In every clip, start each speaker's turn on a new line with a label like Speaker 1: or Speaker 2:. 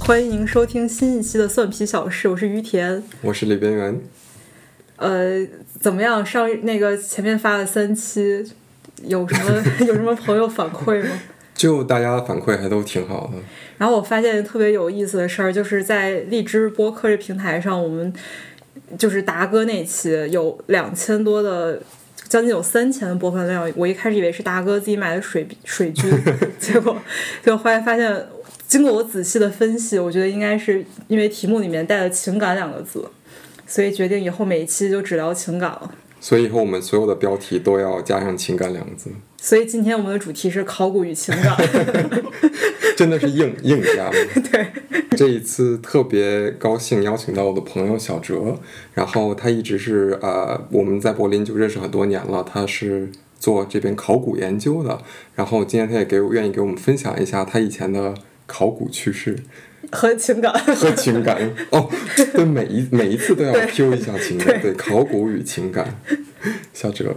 Speaker 1: 欢迎您收听新一期的《蒜皮小事》，我是于田。
Speaker 2: 我是李边缘，
Speaker 1: 呃，怎么样？上那个前面发了三期，有什么 有什么朋友反馈吗？
Speaker 2: 就大家的反馈还都挺好的。
Speaker 1: 然后我发现特别有意思的事儿，就是在荔枝播客这平台上，我们就是达哥那期有两千多的，将近有三千的播放量。我一开始以为是达哥自己买的水水军，结果结果后来发现，经过我仔细的分析，我觉得应该是因为题目里面带了“情感”两个字，所以决定以后每一期就只聊情感了。
Speaker 2: 所以以后我们所有的标题都要加上“情感”两个字，
Speaker 1: 所以今天我们的主题是考古与情感。
Speaker 2: 真的是硬硬加的。
Speaker 1: 对，
Speaker 2: 这一次特别高兴邀请到我的朋友小哲，然后他一直是呃我们在柏林就认识很多年了，他是做这边考古研究的，然后今天他也给我愿意给我们分享一下他以前的考古趣事
Speaker 1: 和情感，
Speaker 2: 和情感哦，对每一每一次都要
Speaker 1: 对
Speaker 2: Q 一下情 感，对考古与情感，小哲。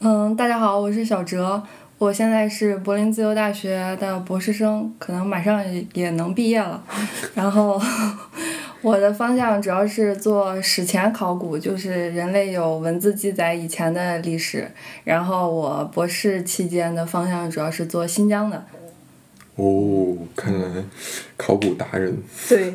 Speaker 3: 嗯，大家好，我是小哲，我现在是柏林自由大学的博士生，可能马上也也能毕业了。然后 我的方向主要是做史前考古，就是人类有文字记载以前的历史。然后我博士期间的方向主要是做新疆的。
Speaker 2: 哦，看来考古达人，
Speaker 1: 对，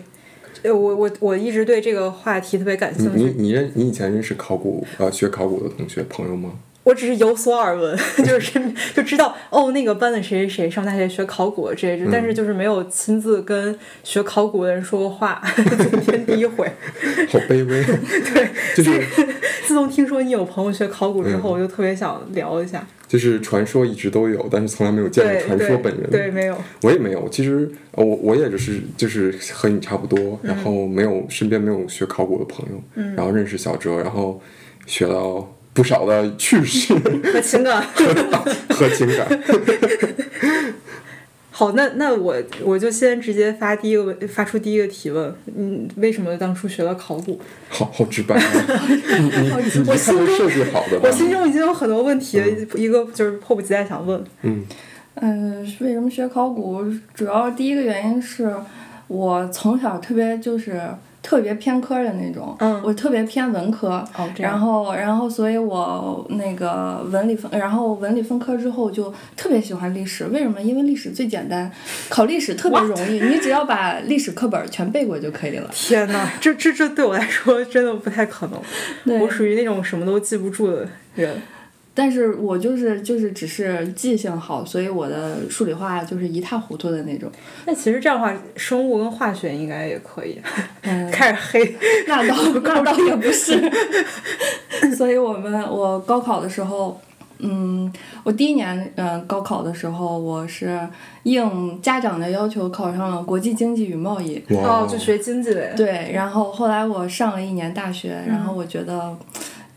Speaker 1: 呃我我我一直对这个话题特别感
Speaker 2: 你
Speaker 1: 兴
Speaker 2: 你
Speaker 1: 趣，
Speaker 2: 你认你以前认识考古呃学考古的同学朋友吗？
Speaker 1: 我只是有所耳 闻，就是就知道哦，那个班的谁谁谁上大学学考古这
Speaker 2: 嗯
Speaker 1: 类，但是就是没有亲自跟学考古的人说过 话，今天第一回。
Speaker 2: 好卑微， 对，就是
Speaker 1: 自从听说你有朋友学考古之
Speaker 2: 嗯
Speaker 1: 后，我就特别想聊一下。
Speaker 2: 就是传说一直都有，但是从来没有见过
Speaker 1: 对
Speaker 2: 传说本
Speaker 1: 对
Speaker 2: 人。
Speaker 1: 对，没有。
Speaker 2: 我也没有，其实呃我我也就是就是和你差不多，
Speaker 1: 嗯
Speaker 2: 然后没有身边没有学考古的朋友，然后认识小哲，然后学到不少的 趣事
Speaker 1: 那情感
Speaker 2: 和情感。
Speaker 1: 好，那那我我就先直接发第一个问，发出第一个提问，嗯，为什么当初学了考古？
Speaker 2: 好好直白、啊，你你 你一看就设计好的吧
Speaker 1: 我？心中已经有很多问题了，一个就是迫不及待想问。
Speaker 2: 嗯，
Speaker 3: 嗯，为什么学考古？主要第一个原因是我从小特别就是特别偏科的那种，
Speaker 1: 嗯
Speaker 3: 我特别偏文科，
Speaker 1: 哦这样
Speaker 3: 然后然后所以我那个文理分，然后文理分科之后就特别喜欢历史，为什么？因为历史最简单，考历史特别容易，你只要把历史课本全背过就可以了。
Speaker 1: 天哪，这这这对我来说真的不太可能。
Speaker 3: 对
Speaker 1: 我属于那种什么都记不住的人。
Speaker 3: 但是我就是就是只是记性好，所以我的数理化就是一塌糊涂的那种。
Speaker 1: 那其实这样的话，生物跟化学应该也可以。
Speaker 3: 嗯，
Speaker 1: 开始黑，
Speaker 3: 那倒 那倒也不是。所以我们我高考的时候，嗯，我第一年嗯、呃高考的时候，我是应家长的要求考上了国际经济与贸易。
Speaker 2: 哇，
Speaker 1: 哦，就学经济的。
Speaker 3: 对，然后后来我上了一年大学，
Speaker 1: 嗯
Speaker 3: 然后我觉得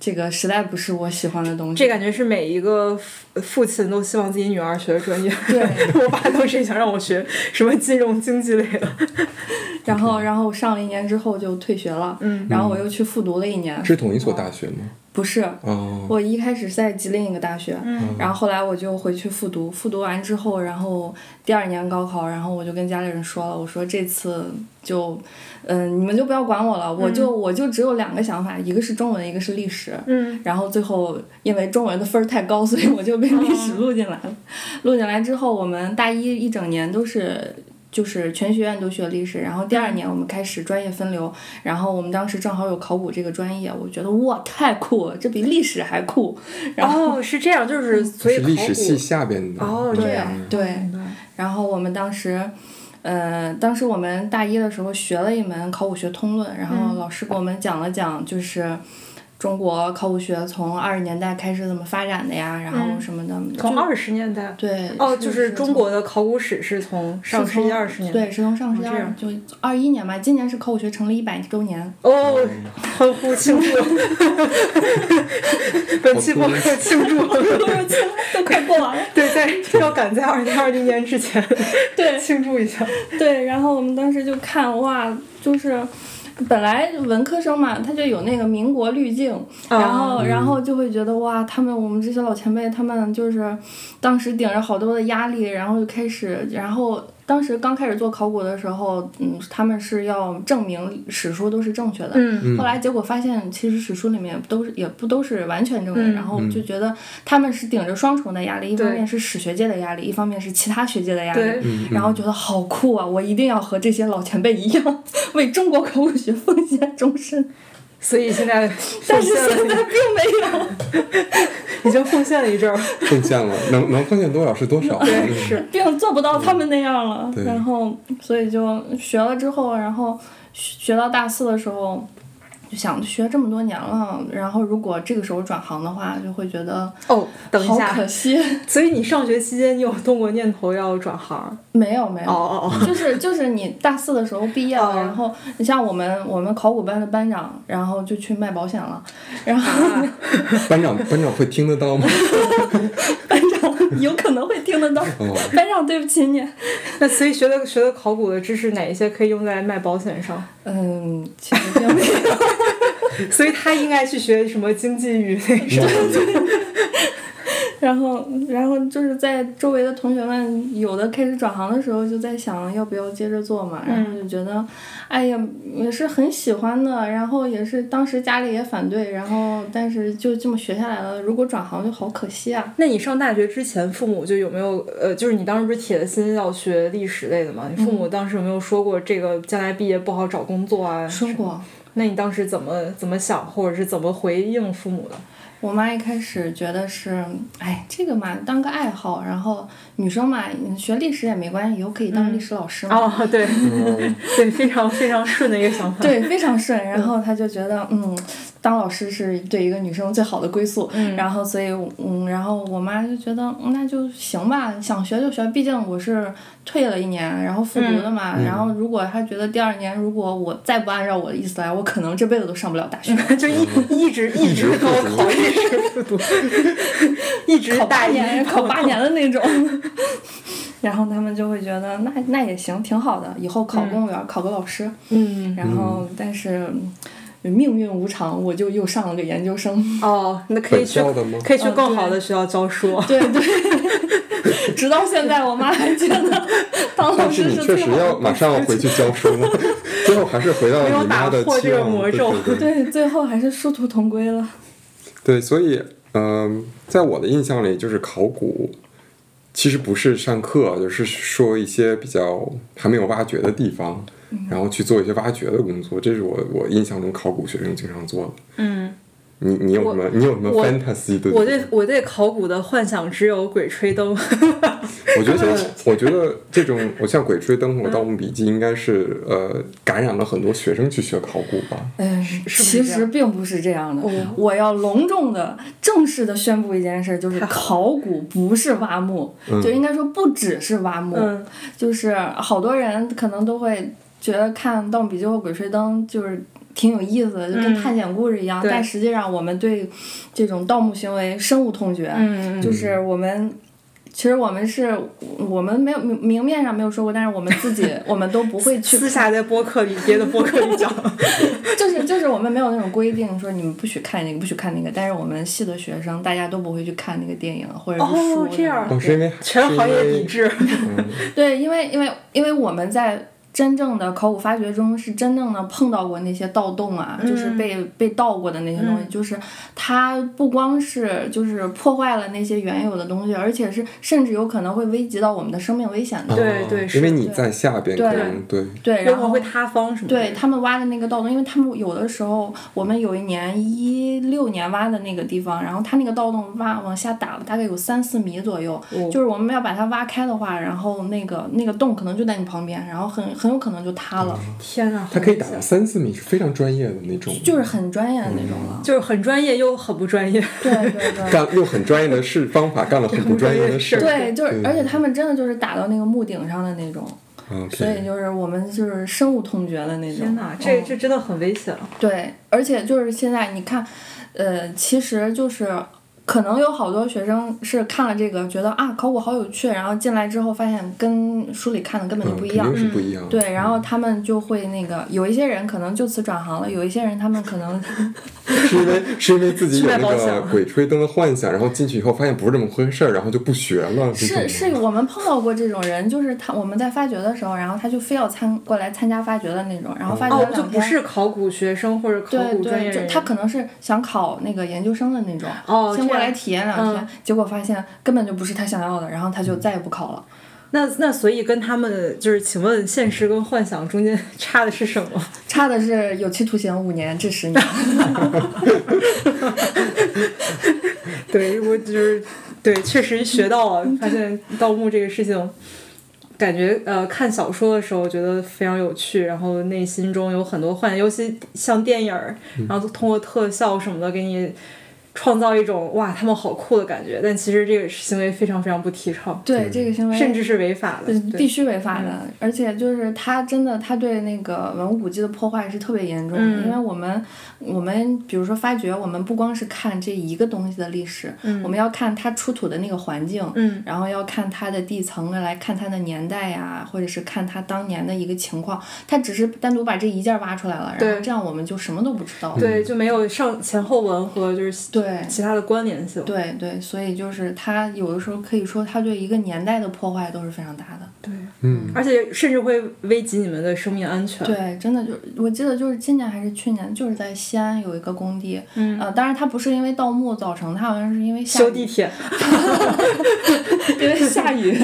Speaker 3: 这个实在不是我喜欢的东西。
Speaker 1: 这感觉是每一个父父亲都希望自己女儿学的专业。
Speaker 3: 对
Speaker 1: 我爸当时也想让我学什么金融经济类 的。
Speaker 3: 然后然后上了一年之后就退学了，
Speaker 1: 嗯
Speaker 3: 然后我又去复读了一年。
Speaker 2: 是同一所大学吗？
Speaker 3: 不是，
Speaker 2: 哦，
Speaker 3: 我一开始是在吉林一个大学，
Speaker 1: 嗯
Speaker 3: 然后后来我就回去复读，复读完之后，然后第二年高考，然后我就跟家里人说了，我说这次就，嗯、你们就不要管我了，我就我就只有两个想法，一个是中文，一个是历史。
Speaker 1: 嗯，
Speaker 3: 然后最后因为中文的分儿太高，所以我就被历史录进来了。
Speaker 1: 哦
Speaker 3: 录进来之后，我们大一一整年都是。就是全学院都学历史，然后第二年我们开始专业分流，然后我们当时正好有考古这个专业，我觉得哇太酷了，这比历史还酷。然后、
Speaker 1: 哦，是这样，就是所以
Speaker 2: 是
Speaker 1: 考
Speaker 2: 历史系
Speaker 1: 古。
Speaker 2: 下边的。
Speaker 1: 哦，
Speaker 2: 嗯
Speaker 1: 这样。
Speaker 3: 嗯对，然后我们当时，呃，当时我们大一的时候学了一门考古学通论，然
Speaker 1: 嗯
Speaker 3: 后老师给我们讲了讲，就是中国考古学从二十年代开始怎么发展的呀，然后什么的，
Speaker 1: 嗯从
Speaker 3: 就
Speaker 1: 二十年代。
Speaker 3: 对，
Speaker 1: 哦，就是
Speaker 3: 从
Speaker 1: 中国的考古史是从上世纪二十年代。
Speaker 3: 对，是从上世纪
Speaker 1: 这
Speaker 3: 二
Speaker 1: 样
Speaker 3: 就二一年吧，今年是考古学成立一百周年。
Speaker 1: 哦，欢呼庆祝！本期播客庆祝，
Speaker 3: 都快过完了，
Speaker 1: 对，在要赶在二零二零年之前
Speaker 3: 对
Speaker 1: 庆祝一下。
Speaker 3: 对，然后我们当时就看哇，就是本来文科生嘛，他就有那个民国滤镜，然
Speaker 1: 哦
Speaker 3: 后，然后就会觉得哇，他们我们这些老前辈，他们就是当时顶着好多的压力，然后就开始，然后当时刚开始做考古的时候，嗯，他们是要证明史书都是正确的。
Speaker 1: 嗯
Speaker 3: 后来结果发现，其实史书里面都是也不都是完全正确。然后我就觉得他们是顶着双重的压力，一方
Speaker 1: 嗯对
Speaker 3: 面是史学界的压力，一方面是其他学界的压
Speaker 1: 对
Speaker 3: 力。然后觉得好酷啊！我一定要和这些老前辈一样，为中国考古学奉献终身。
Speaker 1: 所以现在
Speaker 3: 但
Speaker 1: 奉
Speaker 3: 是
Speaker 1: 献
Speaker 3: 现
Speaker 1: 了
Speaker 3: 在并没有，
Speaker 1: 已经奉献了一阵儿，
Speaker 2: 奉献了，能能奉献多少是多少。
Speaker 1: 对，是
Speaker 3: 并做不到他们那样了。
Speaker 2: 对
Speaker 3: 然后，所以就学了之后，然后学学到大四的时候，就想学这么多年了，然后如果这个时候转行的话，就会觉得
Speaker 1: 哦。等一
Speaker 3: 好
Speaker 1: 下
Speaker 3: 可，惜。
Speaker 1: 所以你上学期间，你有动过念头要转行？
Speaker 3: 没有没
Speaker 1: 哦
Speaker 3: 有，
Speaker 1: 哦哦，
Speaker 3: 就是就是你大四的时候毕业了，
Speaker 1: 哦
Speaker 3: 然后你像我们我们考古班的班长，然后就去卖保险了，然后
Speaker 2: 班长班长会听得到吗？
Speaker 3: 班长有可能会听得到，
Speaker 2: 哦，
Speaker 3: 班长对不起你。
Speaker 1: 那所以学的学的考古的知识，哪一些可以用在卖保险上？
Speaker 3: 嗯，其实并没有。
Speaker 1: 所以他应该去学什么经济与那什么？
Speaker 3: 然后，然后就是在周围的同学们有的开始转行的时候，就在想要不要接着做嘛，然后就觉得，哎呀，也是很喜欢的，然后也是当时家里也反对，然后但是就这么学下来了。如果转行就好可惜啊。
Speaker 1: 那你上大学之前，父母就有没有呃，就是你当时不是铁了心要学历史类的嘛？你父母当时有没有说过这个将来毕业不好找工作啊？
Speaker 3: 说过，
Speaker 1: 那你当时怎么怎么想，或者是怎么回应父母的？
Speaker 3: 我妈一开始觉得是，哎，这个嘛当个爱好，然后女生嘛你学历史也没关系，以后可以当历史老师嘛。
Speaker 1: 哦，对， 对，非常非常顺的一个想法。
Speaker 3: 对，非常顺。然后他就觉得，嗯，当老师是对一个女生最好的归宿。然后所以，嗯，然后我妈就觉得嗯那就行吧，想学就学，毕竟我是退了一年，然后复读的嘛。然后如果她觉得第二年如果我再不按照我的意思来，我可能这辈子都上不了大学。
Speaker 1: 就一一直一直高考，一直复读，一直
Speaker 3: 考八
Speaker 1: 大一
Speaker 3: 年，考八年的那种。 然后他们就会觉得那那也行，挺好的，以后考公务员，考个老师。
Speaker 1: 嗯，
Speaker 3: 然后但是。嗯命运无常，我就又上了个研究生。
Speaker 1: 哦，那可以
Speaker 2: 本
Speaker 1: 去
Speaker 2: 校的吗
Speaker 1: 可以去更好的学校教书。
Speaker 3: 对对， 直到现在，我妈还觉得当老
Speaker 2: 但是
Speaker 3: 师
Speaker 2: 你
Speaker 3: 是
Speaker 2: 确
Speaker 3: 最
Speaker 2: 实
Speaker 3: 好的
Speaker 2: 要马上回去教书了， 最后还是回到
Speaker 1: 没有
Speaker 2: 你妈的
Speaker 1: 打破
Speaker 2: 期
Speaker 1: 这个
Speaker 2: 望。
Speaker 1: 魔
Speaker 2: 对
Speaker 1: 咒
Speaker 2: 对对
Speaker 3: 对，最后还是殊途同归了。
Speaker 2: 对，所以嗯、在我的印象里，就是考古其实不是上课，而是说一些比较还没有挖掘的地方，
Speaker 1: 嗯
Speaker 2: 然后去做一些挖掘的工作，这是我我印象中考古学生经常做的。
Speaker 1: 嗯，
Speaker 2: 你你有什么你有什么
Speaker 1: 我
Speaker 2: fantasy 的？
Speaker 1: 我对我对考古的幻想只有《鬼吹灯》
Speaker 2: 我觉得
Speaker 3: 嗯
Speaker 2: 像，我觉得这种，我像《鬼吹灯》和《盗墓笔记》，应该是呃感染了很多学生去学考古吧。
Speaker 3: 嗯，
Speaker 1: 哎是哦
Speaker 3: 其实并不是这样的。我要隆重的、正式的宣布一件事，就是考古不是挖墓，
Speaker 2: 嗯
Speaker 3: 就应该说不只是挖墓，
Speaker 1: 嗯
Speaker 3: 就是好多人可能都会觉得看《盗墓笔记》或《鬼吹灯》就是。挺有意思的，就跟
Speaker 1: 嗯
Speaker 3: 探险故事一样，
Speaker 1: 对
Speaker 3: 但实际上我们对这种盗墓行为深恶痛绝。
Speaker 1: 嗯
Speaker 3: 就是我们，其实我们是，我们没有明明面上没有说过，但是我们自己我们都不会去
Speaker 1: 私下在播客里，别的播客里讲。
Speaker 3: 就是就是我们没有那种规定说你们不许看那个不许看那个，但是我们系的学生大家都不会去看那个电影或者是书。
Speaker 1: 哦这样
Speaker 2: 哦，是因为
Speaker 1: 全行业抵。制，
Speaker 3: 对，因为因为因为我们在。真正的考古发掘中，是真正的碰到过那些盗洞啊，就是
Speaker 1: 嗯
Speaker 3: 被被盗过的那些东西，就是它不光是就是破坏了那些原有的东西，而且是甚至有可能会危及到我们的生命危险的。
Speaker 2: 是因为
Speaker 1: 对
Speaker 2: 哦
Speaker 1: 对是
Speaker 2: 因为你在下边
Speaker 3: 对
Speaker 2: 可能对，
Speaker 3: 对，
Speaker 1: 有
Speaker 3: 然
Speaker 1: 可能
Speaker 3: 后
Speaker 1: 会塌方什么的。
Speaker 3: 对他们挖的那个盗洞，因为他们有的时候，我们有一年一六年挖的那个地方，然后他那个盗洞挖往下打了大概有三四米左右，
Speaker 1: 哦
Speaker 3: 就是我们要把它挖开的话，然后那个那个洞可能就在你旁边，然后很很有可能就塌
Speaker 2: 哦
Speaker 3: 了，
Speaker 1: 天啊，
Speaker 2: 它可以打到三四米，是非常专业的那种，
Speaker 3: 就是很专业的那种了。
Speaker 1: 就是很专业又很不专业。
Speaker 3: 对对对。
Speaker 2: 嗯 干用很专业的事方法干了很不专业的事。
Speaker 3: 对，就是，
Speaker 2: 对
Speaker 3: 而且他们真的就是打到那个墓顶上的那种，所以
Speaker 2: ，OK，
Speaker 3: 就是我们就是深恶痛绝的那种。
Speaker 1: 天哪，这
Speaker 3: 嗯
Speaker 1: 这真的很危险。啊
Speaker 3: 对，而且就是现在你看，呃，其实就是可能有好多学生是看了这个，觉得啊考古好有趣，然后进来之后发现跟书里看的根本就
Speaker 2: 嗯
Speaker 3: 不一
Speaker 2: 肯
Speaker 3: 样
Speaker 2: 定。是不一样。
Speaker 3: 对，然后他们就会那个，有一些人可能就此转行了，有一些人他们可 能
Speaker 2: 是 因为是因为自己有那
Speaker 1: 是卖包
Speaker 2: 个
Speaker 1: 厢
Speaker 2: 鬼吹灯的幻想，然后进去以后发现不是这么回事儿，然后就不学了。这种
Speaker 3: 是是我们碰到过这种人，就是他我们在发掘的时候，然后他就非要参过来参加发掘的那种，然后发掘
Speaker 1: 哦
Speaker 3: 了，
Speaker 1: 就
Speaker 3: 两
Speaker 1: 不
Speaker 3: 天，
Speaker 1: 是考古学生或者考
Speaker 3: 对
Speaker 1: 古专业
Speaker 3: 对，
Speaker 1: 人
Speaker 3: 就
Speaker 1: 员，
Speaker 3: 他可能是想考那个研究生的那种，
Speaker 1: 哦
Speaker 3: 先
Speaker 1: 这
Speaker 3: 过来
Speaker 1: 样嗯
Speaker 3: 体验两天，结果发现根本就不是他想要的，然后他就再也不考了。
Speaker 1: 那那所以跟他们就是，请问现实跟幻想中间 差的是什么？
Speaker 3: 差的是有期徒刑五年 至十年。
Speaker 1: 对我就是对，确实学到了，发现盗墓这个事情，感觉呃看小说的时候觉得非常有趣，然后内心中有很多幻想，尤其像电影儿，然后通过特效什么的给你创造一种哇他们好酷的感觉，但其实这个行为非常非常不提倡，
Speaker 3: 对这个行为，
Speaker 1: 甚至是违法的
Speaker 3: 对，
Speaker 1: 对
Speaker 3: 呃
Speaker 1: 嗯
Speaker 3: 必须违法的，而且就是他真的，他对那个文物古迹的破坏是特别严重的，
Speaker 1: 嗯
Speaker 3: 因为我们我们比如说发掘，我们不光是看这一个东西的历史，我们要看它出土的那个环境，
Speaker 1: 嗯
Speaker 3: 然后要看它的地层，啊来看它的年代呀、或者是看它当年的一个情况，他只是单独把这一件挖出来了，然后
Speaker 1: 对
Speaker 3: 这样我们就什么都不知道了，
Speaker 1: 对，就没有上前后文和就是
Speaker 3: 对
Speaker 1: 其他的关联性。
Speaker 3: 对对，所以就是他有的时候可以说，他对一个年代的破坏都是非常大的。
Speaker 2: 嗯，
Speaker 1: 而且甚至会危及你们的生命安全。
Speaker 3: 对，真的就是，我记得就是今年还是去年，就是在西安有一个工地，嗯，呃，当然它不是因为盗墓造成，它好像是因为下
Speaker 1: 修地
Speaker 3: 雨，
Speaker 1: 铁，
Speaker 3: 因为 下雨，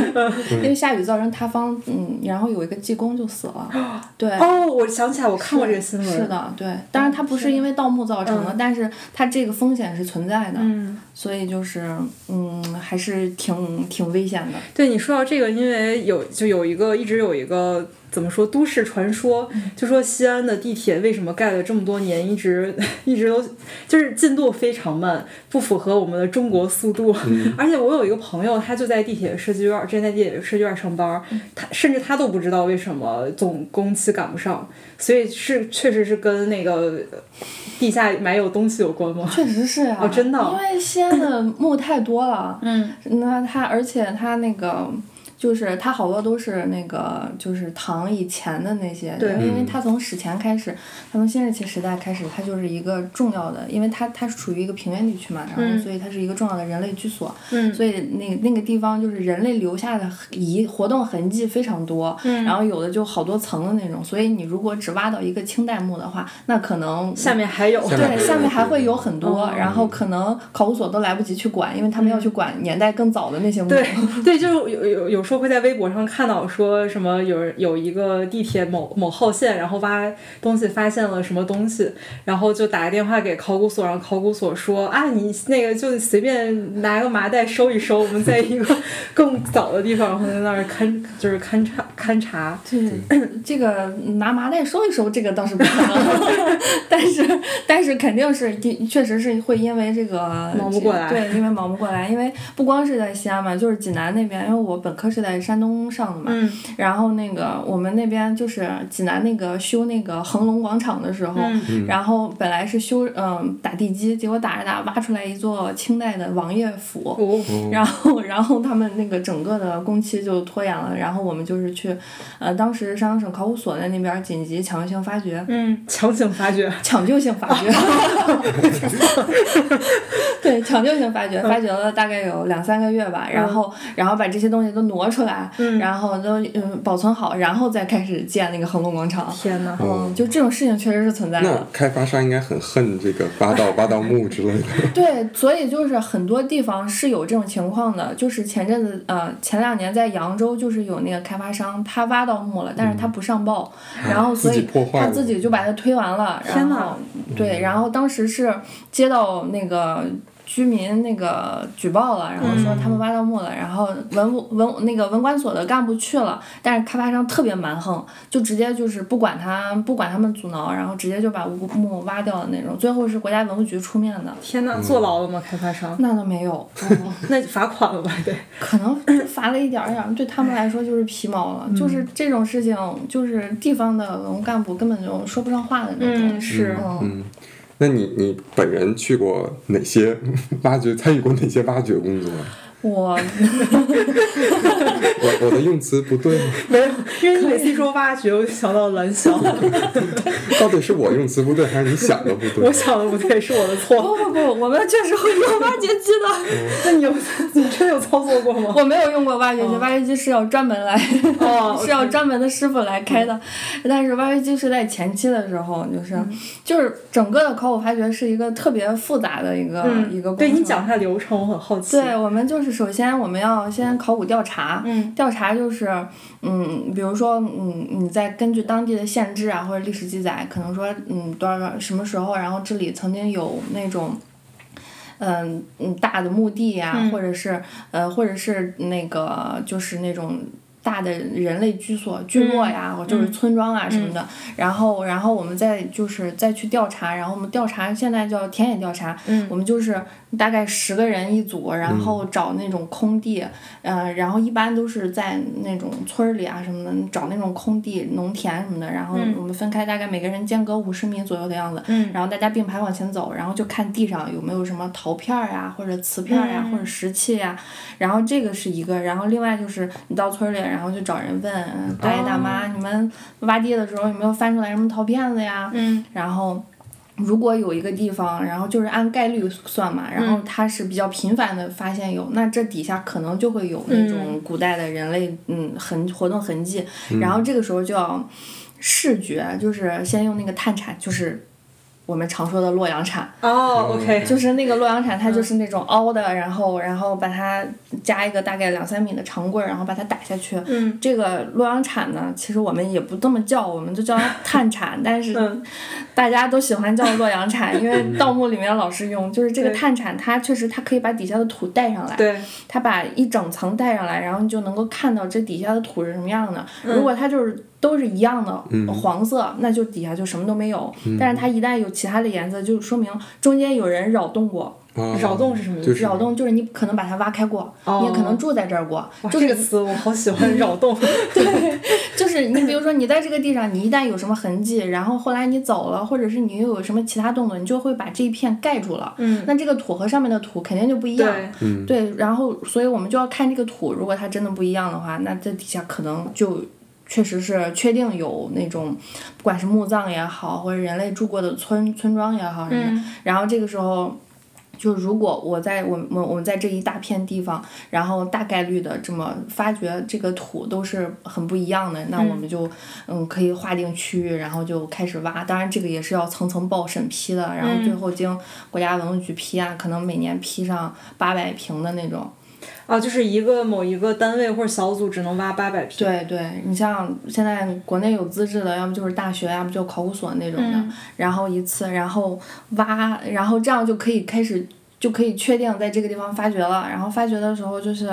Speaker 3: 因为下雨造成塌方，嗯，然后有一个技工就死了，对。
Speaker 1: 哦，我想起来，我看过这个新闻。
Speaker 3: 是，的，对，当然它不是因为盗墓造成的，但是它这个风险是存在的，
Speaker 1: 嗯，
Speaker 3: 所以就是，嗯，还是挺挺危险的。
Speaker 1: 对你说到这个，因为有就有一个一直有一个怎么说都市传说，
Speaker 3: 嗯
Speaker 1: 就说西安的地铁为什么盖了这么多年，一直一直都就是进度非常慢，不符合我们的中国速度。
Speaker 2: 嗯
Speaker 1: 而且我有一个朋友，他就在地铁设计院，之前在地铁设计院上班，
Speaker 3: 嗯
Speaker 1: 他甚至他都不知道为什么总工期赶不上，所以是确实是跟那个呃地下埋有东西有关吗？
Speaker 3: 确实是啊，
Speaker 1: 哦真的哦
Speaker 3: 因为西安的墓太多了，
Speaker 1: 嗯，
Speaker 3: 那它而且它那个就是它好多都是那个就是唐以前的那些，
Speaker 1: 对
Speaker 3: 因为它从史前开始，它从新石器时代开始，它就是一个重要的，因为它它是处于一个平原地区嘛，然后
Speaker 1: 嗯
Speaker 3: 所以它是一个重要的人类居所，
Speaker 1: 嗯
Speaker 3: 所以那那个地方就是人类留下的遗活动痕迹非常多，
Speaker 1: 嗯
Speaker 3: 然后有的就好多层的那种，所以你如果只挖到一个清代墓的话，那可能
Speaker 1: 下面还有，
Speaker 2: 下面
Speaker 3: 对，下面还会有很多，
Speaker 1: 嗯
Speaker 3: 然后可能考古所都来不及去管，因为他们要去管年代更早的那些墓。
Speaker 1: 对对，就是有有有时候会在微博上看到说什么有人有一个地铁某某号线，然后挖东西发现了什么东西，然后就打个电话给考古所，然后考古所说啊，你那个就随便拿个麻袋收一收，我们在一个 更早的地方，然后在那儿勘就是勘察勘察。
Speaker 3: 就是这个拿麻袋收一收，这个倒是不可能， 但是但是肯定是的，确实是会因为这 个
Speaker 1: 忙不过来
Speaker 3: 对，因为忙不过来，因为不光是在西安嘛，就是济南那边，因为我本科是在山东上的嘛，
Speaker 1: 嗯
Speaker 3: 然后那个我们那边就是济南那个修那个恒隆广场的时候，
Speaker 1: 嗯
Speaker 3: 然后本来是修嗯、打地基，结果打着打着挖出来一座清代的王爷府，
Speaker 1: 哦，
Speaker 3: 然后，然后他们那个整个的工期就拖延了，然后我们就是去，呃，当时山东省考古所在那边紧急抢救性发掘，
Speaker 1: 嗯，强行发掘，
Speaker 3: 抢救性发掘，对，抢救性发掘，发掘了大概有两三个月吧，然后，然后把这些东西都挪出来，然后都嗯保存好，然后再开始建那个恒隆广场，
Speaker 1: 天哪！
Speaker 3: 嗯，就这种事情确实是存在的
Speaker 2: 那。开发商应该很恨这个八道八道木之类的。
Speaker 3: 对，所以就是很多地方是有这种情况的，就是前阵子呃前两年在扬州就是有那个开发商，他挖到墓了，但是他不上报，然后所
Speaker 2: 嗯啊自己
Speaker 3: 以
Speaker 2: 破坏
Speaker 3: 他
Speaker 2: 了
Speaker 3: 自己就把它推完了，然
Speaker 1: 天呐
Speaker 3: 后对，然后当时是接到那个。居民那个举报了，然后说
Speaker 2: 嗯
Speaker 3: 他们挖到墓了，然后文物文那个文管所的干部去了，但是开发商特别蛮横，就直接就是不管他不管他们阻挠，然后直接就把墓挖掉的那种，最后是国家文物局出面的，
Speaker 1: 天哪，坐牢了吗？开发 商？
Speaker 3: 那倒没有，嗯
Speaker 1: 那罚款了吧？得。
Speaker 3: 可能就罚了一点儿点儿，对他们来说就是皮毛了。
Speaker 1: 嗯
Speaker 3: 就是这种事情，就是地方的文物干部根本就说不上话的那种。
Speaker 1: 是
Speaker 3: 嗯
Speaker 2: 嗯，那你你本人去过哪些 挖掘，参与过哪些挖掘工作？啊
Speaker 3: 我
Speaker 2: 我我的用词不对吗？
Speaker 1: 没有，因为你每次一说挖掘，我就想到蓝翔，
Speaker 2: 到底是我用词不对，还是你想的不
Speaker 1: 我
Speaker 2: 对？
Speaker 1: 想的不对，是我的错。
Speaker 3: 不不不，我们确实会用挖掘机的，
Speaker 1: 那你有 你真的有操作过吗？
Speaker 3: 我没有用过挖掘机，挖掘机是要专门来。
Speaker 1: 哦 嗯
Speaker 3: 是要专门的师傅来开的，但是挖掘机是在前期的时候，就是、就是整个的考古发掘是一个特别复杂的一个、
Speaker 1: 嗯，
Speaker 3: 一个
Speaker 1: 对
Speaker 3: 工
Speaker 1: 你
Speaker 3: 程
Speaker 1: 讲一下流程，我很好奇。
Speaker 3: 对，我们就是首先我们要先考古调查，
Speaker 1: 嗯
Speaker 3: 调查就是，嗯，比如说，嗯，你再根据当地的县志啊或者历史记载，可能说，嗯，多少什么时候，然后这里曾经有那种。嗯嗯，大的墓地呀、
Speaker 1: 嗯
Speaker 3: 或者是呃，或者是那个就是那种大的人类居所、聚落呀，或者就是村庄啊什么的。然后，然后我们再就是再去调查，然后我们调查现在叫田野调查，
Speaker 1: 嗯
Speaker 3: 我们就是大概十个人一组，然后找那种空地，呃，然后一般都是在那种村儿里啊什么的，找那种空地、农田什么的，然后我们分开，大概每个人间隔五十米左右的样子，
Speaker 1: 嗯
Speaker 3: 然后大家并排往前走，然后就看地上有没有什么陶片儿呀、或者瓷片儿呀、
Speaker 1: 嗯
Speaker 3: 或者石器呀、然后这个是一个，然后另外就是你到村儿里，然后就找人问
Speaker 1: 嗯
Speaker 3: 呃大爷大妈，
Speaker 1: 哦
Speaker 3: 你们挖地的时候有没有翻出来什么陶片子呀？
Speaker 1: 嗯
Speaker 3: 然后如果有一个地方，然后就是按概率算嘛，然后它是比较频繁的发现有，那这底下可能就会有那种古代的人类嗯痕活动痕迹，然后这个时候就要视觉，就是先用那个探铲，就是。我们常说的洛阳铲，
Speaker 1: 哦，OK，
Speaker 3: 就是那个洛阳铲，它就是那种凹的，然后然后把它加一个大概两三米的长棍儿，然后把它打下去，
Speaker 1: 嗯
Speaker 3: 这个洛阳铲呢，其实我们也不这么叫，我们就叫它碳铲，但是
Speaker 1: 嗯
Speaker 3: 大家都喜欢叫洛阳铲，因为盗墓里面老是用，就是这个
Speaker 1: 对
Speaker 3: 碳铲，它确实它可以把底下的土带上来，
Speaker 1: 对，
Speaker 3: 它把一整层带上来，然后你就能够看到这底下的土是什么样的。
Speaker 1: 嗯
Speaker 3: 如果它就是都是一样的
Speaker 2: 嗯
Speaker 3: 黄色，那就底下就什么都没有。但是它一旦有其他的颜色，就说明中间有人扰动过，
Speaker 2: 啊
Speaker 1: 扰动是什么意思？
Speaker 2: 就是
Speaker 3: 扰动就是你可能把它挖开过，
Speaker 1: 哦
Speaker 3: 你也可能住在这儿过，
Speaker 1: 哇，
Speaker 3: 就
Speaker 1: 这
Speaker 3: 是
Speaker 1: 个词我好喜 欢，扰动。
Speaker 3: 就是你比如说你在这个地上，你一旦有什么痕迹，然后后来你走了，或者是你又有什么其他动作，你就会把这一片盖住了。
Speaker 1: 嗯
Speaker 3: 那这个土和上面的土肯定就不一样。
Speaker 1: 对，
Speaker 2: 嗯
Speaker 3: 对然后所以我们就要看这个土，如果它真的不一样的话，那这底下可能就确实是确定有那种，不管是墓葬也好，或者人类住过的村村庄也好什么的。
Speaker 1: 嗯
Speaker 3: 然后这个时候，就如果我在我我我们在这一大片地方，然后大概率的这么发掘这个土都是很不一样的，那我们就嗯可以划定区域，然后就开始挖。当然这个也是要层层报审批的，然后最后经国家文物局批啊，可能每年批上八百平的那种。
Speaker 1: 啊，就是一个某一个单位或者小组只能挖八百平。
Speaker 3: 对对，你像现在国内有资质的，要不就是大学，要不就考古所那种的，
Speaker 1: 嗯
Speaker 3: 然后一次，然后挖，然后这样就可以开始。就可以确定在这个地方发掘了，然后发掘的时候就是，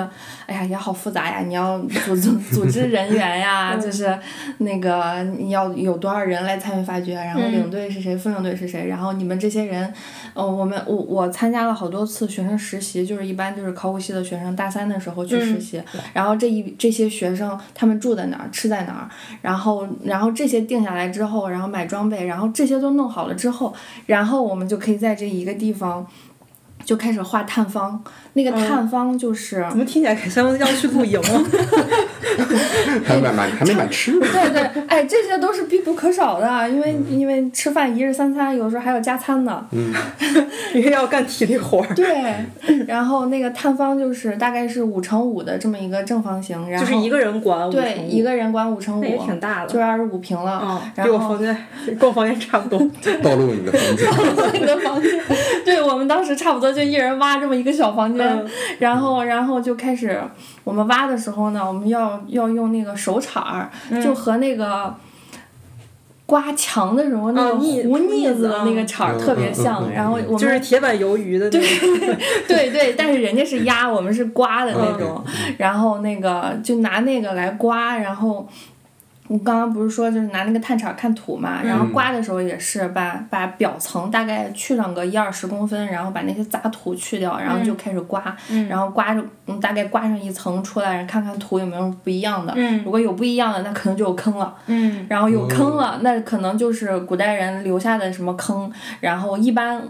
Speaker 3: 哎呀也好复杂呀，你要组织 组织人员呀，
Speaker 1: 嗯
Speaker 3: 就是那个你要有多少人来参与发掘，然后
Speaker 1: 嗯
Speaker 3: 领队是谁，副领队是谁，然后你们这些人，呃，我们我我参加了好多次学生实习，就是一般就是考古系的学生大三的时候去
Speaker 1: 嗯
Speaker 3: 实习，然后这一这些学生他们住在哪儿，吃在哪儿，然后然后这些定下来之后，然后买装备，然后这些都弄好了之后，然后我们就可以在这一个地方。就开始画探方，那个探方就是、
Speaker 1: 怎么听起来感觉像要去露营啊 了？
Speaker 2: 还买买还没买吃的，
Speaker 3: 对对，哎，这些都是必不可少的，啊因为、因为吃饭一日三餐，有时候还有加餐呢。
Speaker 1: 因为要干体力活儿，
Speaker 3: 对，然后那个探方就是大概是五乘五的这么一个正方形，然
Speaker 1: 就
Speaker 3: 后
Speaker 1: 是一个人管五乘
Speaker 3: 对一
Speaker 1: 个，
Speaker 3: 个人管五乘五，
Speaker 1: 那也挺大的
Speaker 3: 就是二十五平了。
Speaker 1: 啊，
Speaker 3: 然
Speaker 1: 比我
Speaker 3: 后
Speaker 1: 房间跟我房间差不 多。
Speaker 2: 暴露你的房间。
Speaker 3: 那个房间， 对我们当时差不多就一人挖这么一个小房间，
Speaker 1: 嗯
Speaker 3: 然后然后就开始我们挖的时候呢，我们要要用那个手铲儿，就和那个。刮墙的时候，那个
Speaker 1: 腻
Speaker 3: 糊哦腻
Speaker 1: 腻
Speaker 3: 子
Speaker 1: 子
Speaker 3: 的那个铲儿
Speaker 2: 嗯
Speaker 3: 特别
Speaker 2: 嗯
Speaker 3: 像，
Speaker 2: 嗯嗯
Speaker 3: 然后我们
Speaker 1: 就是铁板鱿鱼的那种。
Speaker 3: 对对，但是人家是压，我
Speaker 2: 嗯
Speaker 3: 们嗯是刮的那种，然后那个就拿那个来刮，然后。我刚刚不是说就是拿那个探铲看土嘛，然后
Speaker 2: 嗯
Speaker 3: 刮的时候也是把把表层大概去上个一二十公分，然后把那些杂土去掉，然后就开始刮，然后刮着嗯大概刮上一层出来，看看土有没有不一样的。如果有不一样的，那可能就有坑了。
Speaker 4: 嗯
Speaker 3: 然后有坑
Speaker 2: 哦
Speaker 3: 了，那可能就是古代人留下的什么坑，然后一般。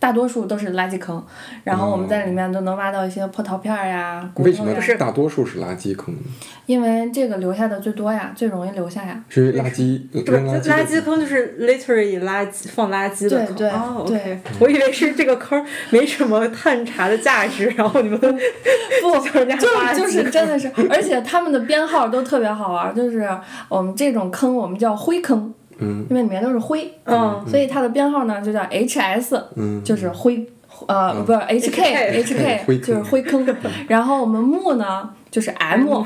Speaker 3: 大多数都是垃圾坑，然后我们在里面都能挖到一些破陶片儿呀、骨
Speaker 2: 哦为什
Speaker 3: 头
Speaker 2: 么
Speaker 3: 呀，
Speaker 2: 大多数是垃圾坑呢？
Speaker 3: 因为这个留下的最多呀，最容易留下呀。
Speaker 2: 是因为垃圾
Speaker 1: 不是
Speaker 2: 扔垃圾的
Speaker 1: 垃圾坑，就是 literally 垃圾放垃圾的坑。
Speaker 3: 对对
Speaker 1: 哦
Speaker 3: 对
Speaker 1: OK，我以为是这个坑没什么探查的价值，然后你们不 就是人家
Speaker 3: 就
Speaker 1: 垃圾
Speaker 3: 就是真的是，而且他们的编号都特别好玩儿，就是我们这种坑我们叫灰坑，
Speaker 2: 嗯
Speaker 3: 因为里面都是灰，
Speaker 1: 嗯
Speaker 3: 所以它的编号呢就叫 HS，
Speaker 2: 嗯，
Speaker 3: 就是灰，呃，不是 HK
Speaker 2: HK 嗯 灰
Speaker 3: HK 就是
Speaker 2: 坑
Speaker 3: 灰坑，然后我们木呢就是 M，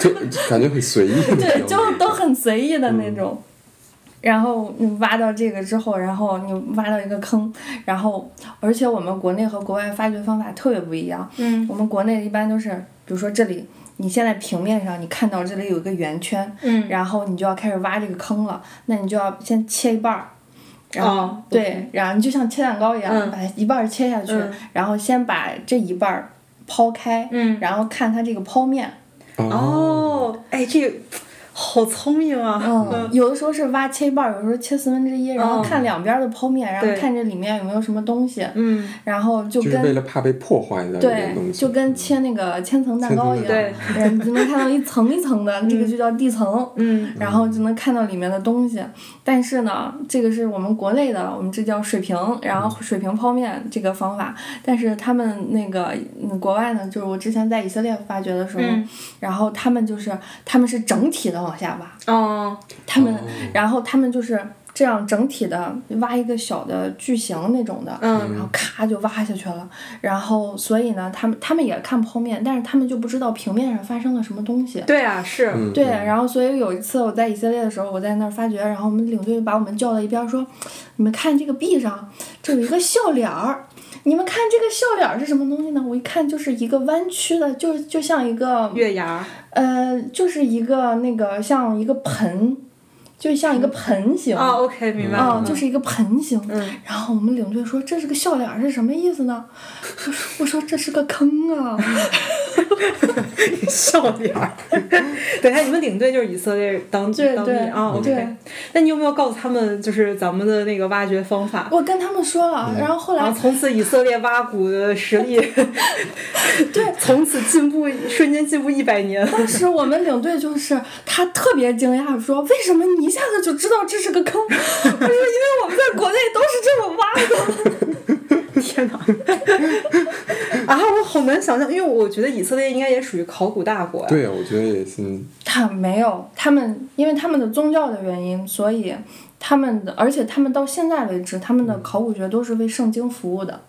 Speaker 2: 就感觉很随意。
Speaker 3: 对，就都很随意的那种。然后你挖到这个之后，然后你挖到一个坑，然后而且我们国内和国外发掘方法特别不一样。
Speaker 4: 嗯，
Speaker 3: 我们国内一般都是，比如说这里，你现在平面上你看到这里有一个圆圈，
Speaker 4: 嗯
Speaker 3: 然后你就要开始挖这个坑了，那你就要先切一半儿。然后、
Speaker 1: 哦
Speaker 3: 对，然后你就像切蛋糕一样，
Speaker 1: 嗯
Speaker 3: 把一半儿切下去，
Speaker 1: 嗯
Speaker 3: 然后先把这一半儿抛开，
Speaker 4: 嗯
Speaker 3: 然后看它这个剖面，
Speaker 2: 啊
Speaker 1: 哦，哎，这个好聪明啊！
Speaker 3: 嗯，有的时候是挖切一半儿，有的时候切四分之一，然后
Speaker 1: 嗯
Speaker 3: 看两边儿的剖面，然
Speaker 1: 对
Speaker 3: 后看这里面有没有什么东西，
Speaker 1: 嗯，
Speaker 3: 然后就
Speaker 2: 就是为
Speaker 3: 跟
Speaker 2: 了怕被破坏的这种
Speaker 3: 对，
Speaker 2: 东西，
Speaker 3: 就跟切那个千层蛋糕一样，
Speaker 1: 对，
Speaker 3: 对，你就能看到一层一层的，这个就叫地层，
Speaker 1: 嗯，
Speaker 3: 然后就能看到里面的东西。但是呢，这个是我们国内的，我们这叫水平，然后水平剖面这个方法。但是他们那个嗯国外呢，就是我之前在以色列发掘的时候，
Speaker 4: 嗯
Speaker 3: 然后他们就是他们是整体的往下挖，
Speaker 1: 嗯
Speaker 4: 哦
Speaker 3: 他们，然后他们就是这样整体的挖一个小的巨型那种的，
Speaker 4: 嗯
Speaker 3: 然后咔就挖下去了。然后所以呢，他们他们也看剖面，但是他们就不知道平面上发生了什么东西。
Speaker 1: 对啊，是，
Speaker 2: 嗯
Speaker 3: 对，然后所以有一次我在以色列的时候，我在那儿发掘，然后我们领队就把我们叫到一边儿说：“你们看这个壁上，这有一个笑脸儿，你们看这个笑脸儿是什么东西呢？”我一看就是一个弯曲的，就就像一个
Speaker 1: 月牙，
Speaker 3: 呃，就是一个那个像一个盆，就像一个盆形。
Speaker 1: 啊，OK，明白
Speaker 3: 啊
Speaker 1: 了，
Speaker 3: 就是一个盆形，
Speaker 1: 嗯
Speaker 3: 然后我们领队说这是个笑脸儿是什么意思呢？我说我说这是个坑啊，
Speaker 1: 笑脸儿。 等一下，你们领队就是以色列当
Speaker 3: 对
Speaker 1: 当地
Speaker 3: 对
Speaker 1: 啊
Speaker 3: 对
Speaker 1: ，OK。那你有没有告诉他们，就是咱们的那个挖掘方法？
Speaker 3: 我跟他们说了，然后后
Speaker 1: 然
Speaker 3: 来
Speaker 1: 后从此以色列挖谷的实 力，对， 从此进步，瞬间进步一百 年。
Speaker 3: 当时我们领队就是他特别惊讶，说为什么你一下子就知道这是个坑？ 我说因为我们在国内都是这么挖的。
Speaker 1: 天哪！啊，我好难想象，因为我觉得以色列应该也属于考古大国呀。
Speaker 2: 对，我觉得也是，
Speaker 3: 他没有，他们因为他们的宗教的原因，所以他们的，而且他们到现在为止，他们的考古学都是为圣经服务的。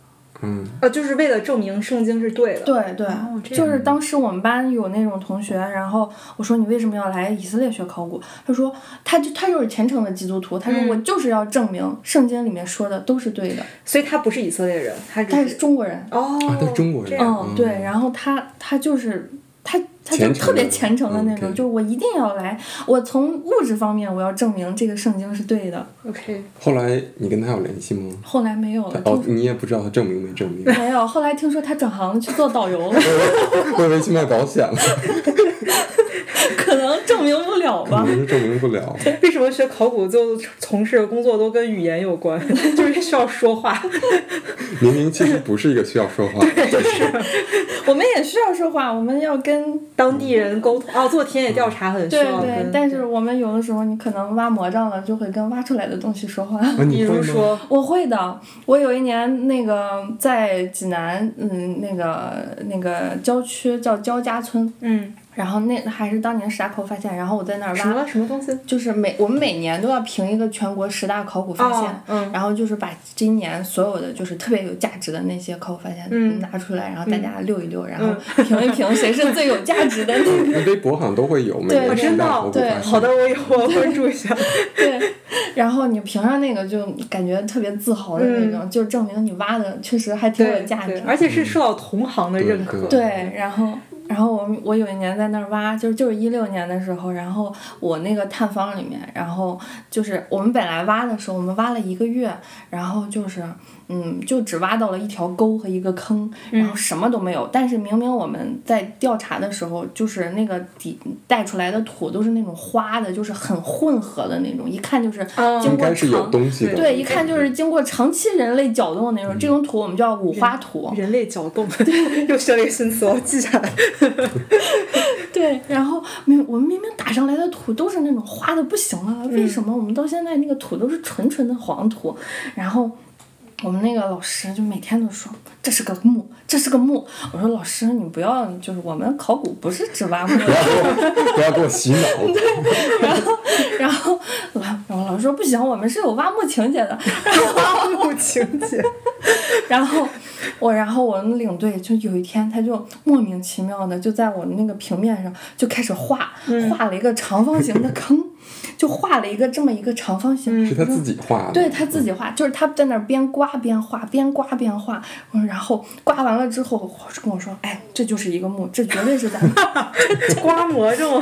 Speaker 2: 嗯，
Speaker 1: 呃，就是为了证明圣经是对的。
Speaker 3: 对对，
Speaker 1: 哦这样
Speaker 3: 就是当时我们班有那种同学，然后我说你为什么要来以色列学考古？他说他就他就是虔诚的基督徒，他说我就是要证明圣经里面说的都是对的。
Speaker 1: 所以他不是以色列人，他只
Speaker 3: 他是中国人，
Speaker 1: 哦
Speaker 2: 啊，他是中国
Speaker 1: 这
Speaker 2: 人，
Speaker 1: 样
Speaker 3: 嗯，对，然后他他就是他他就
Speaker 2: 虔诚的
Speaker 3: 特别虔诚的那
Speaker 2: 嗯
Speaker 3: 种，
Speaker 2: 对
Speaker 3: 就是我一定要来，我从物质方面我要证明这个圣经是对的。
Speaker 1: OK，
Speaker 2: 后来你跟他有联系吗？
Speaker 3: 后来没有了，
Speaker 2: 哦，
Speaker 3: 听
Speaker 2: 你也不知道他证明没证明，
Speaker 3: 没有，后来听说他转行去做导游了，
Speaker 2: 我以为去卖保险了，
Speaker 3: 可能证明不了
Speaker 2: 可
Speaker 3: 吧。
Speaker 2: 能是证明不了。
Speaker 1: 为什么学考古就从事的工作都跟语言有关， 就是需要说话？
Speaker 2: 明明其实不是一个需要说话，
Speaker 3: 我们也需要说话，我们要跟
Speaker 1: 当地人沟通哦，做田野调查很需
Speaker 3: 对
Speaker 1: 要
Speaker 3: 对
Speaker 1: 跟，
Speaker 3: 但是我们有的时候你可能挖魔杖了，就会跟挖出来的东西说话。
Speaker 2: 啊，
Speaker 1: 比
Speaker 2: 你
Speaker 1: 如
Speaker 2: 会吗？
Speaker 1: 说，
Speaker 3: 我会的，我有一年那个在济南，嗯，那个那个郊区叫焦家村，
Speaker 1: 嗯，
Speaker 3: 然后那还是当年十大考古发现，然后我在那儿
Speaker 1: 什么
Speaker 3: 挖，
Speaker 1: 什么东西？
Speaker 3: 就是每我们每年都要评一个全国十大考古发现，
Speaker 1: 哦嗯
Speaker 3: 然后就是把今年所有的就是特别有价值的那些考古发现
Speaker 1: 嗯
Speaker 3: 拿出来，然后大家溜一溜，然后评一评谁是最有价值的那个。
Speaker 2: 那微博好像都会有，每
Speaker 3: 对
Speaker 2: 年十大
Speaker 1: 哦
Speaker 2: 考古
Speaker 3: 真的
Speaker 2: 发现
Speaker 1: 好的，我以后关注一下。
Speaker 3: 对，然后你评上那个就感觉特别自豪的那种，就 证明你挖的确实还挺有
Speaker 1: 嗯对嗯
Speaker 3: 价值
Speaker 1: 对，。而且是受到同行的认可。
Speaker 2: 对
Speaker 3: 对，然后然后我们我有一年在那儿挖，就是就是一六年的时候，然后我那个探方里面，然后就是我们本来挖的时候，我们挖了一个月，然后就是嗯，就只挖到了一条沟和一个坑，然后什么都没有。但是明明我们在调查的时候，就是那个底带出来的土都是那种花的，就是很混合的那种，一看就是
Speaker 1: 哦
Speaker 3: 经
Speaker 2: 应
Speaker 3: 过
Speaker 2: 该是有
Speaker 3: 长。
Speaker 2: 东西的。嗯
Speaker 3: 对，一看就是经过长期人类搅动的那种，这种土我们叫五花土。
Speaker 1: 人类搅动，对， 又学了一个新词，我要记下来。
Speaker 3: 对，然后明我们明明打上来的土都是那种花的不行了，为什么我们到现在那个土都是纯纯的黄土？然后我们那个老师就每天都说这是个墓，这是个墓。我说老师你不要，就是我们考古不是只挖墓的。
Speaker 2: 不要给我洗脑。
Speaker 3: 然后老然后老师说不行，我们是有挖墓情节的。
Speaker 1: 不情节，
Speaker 3: 然后我，然后我们领队就有一天，他就莫名其妙的就在我们那个平面上就开始画，
Speaker 1: 嗯
Speaker 3: 画了一个长方形的坑，就画了一个这么一个长方形。
Speaker 1: 嗯
Speaker 2: 是他自己画的，
Speaker 3: 对他自己画，就是他在那儿边刮边画，边刮边画，嗯然后刮完了之后我跟我说：“哎，这就是一个墓，这绝对是咱们，
Speaker 1: 刮魔咒，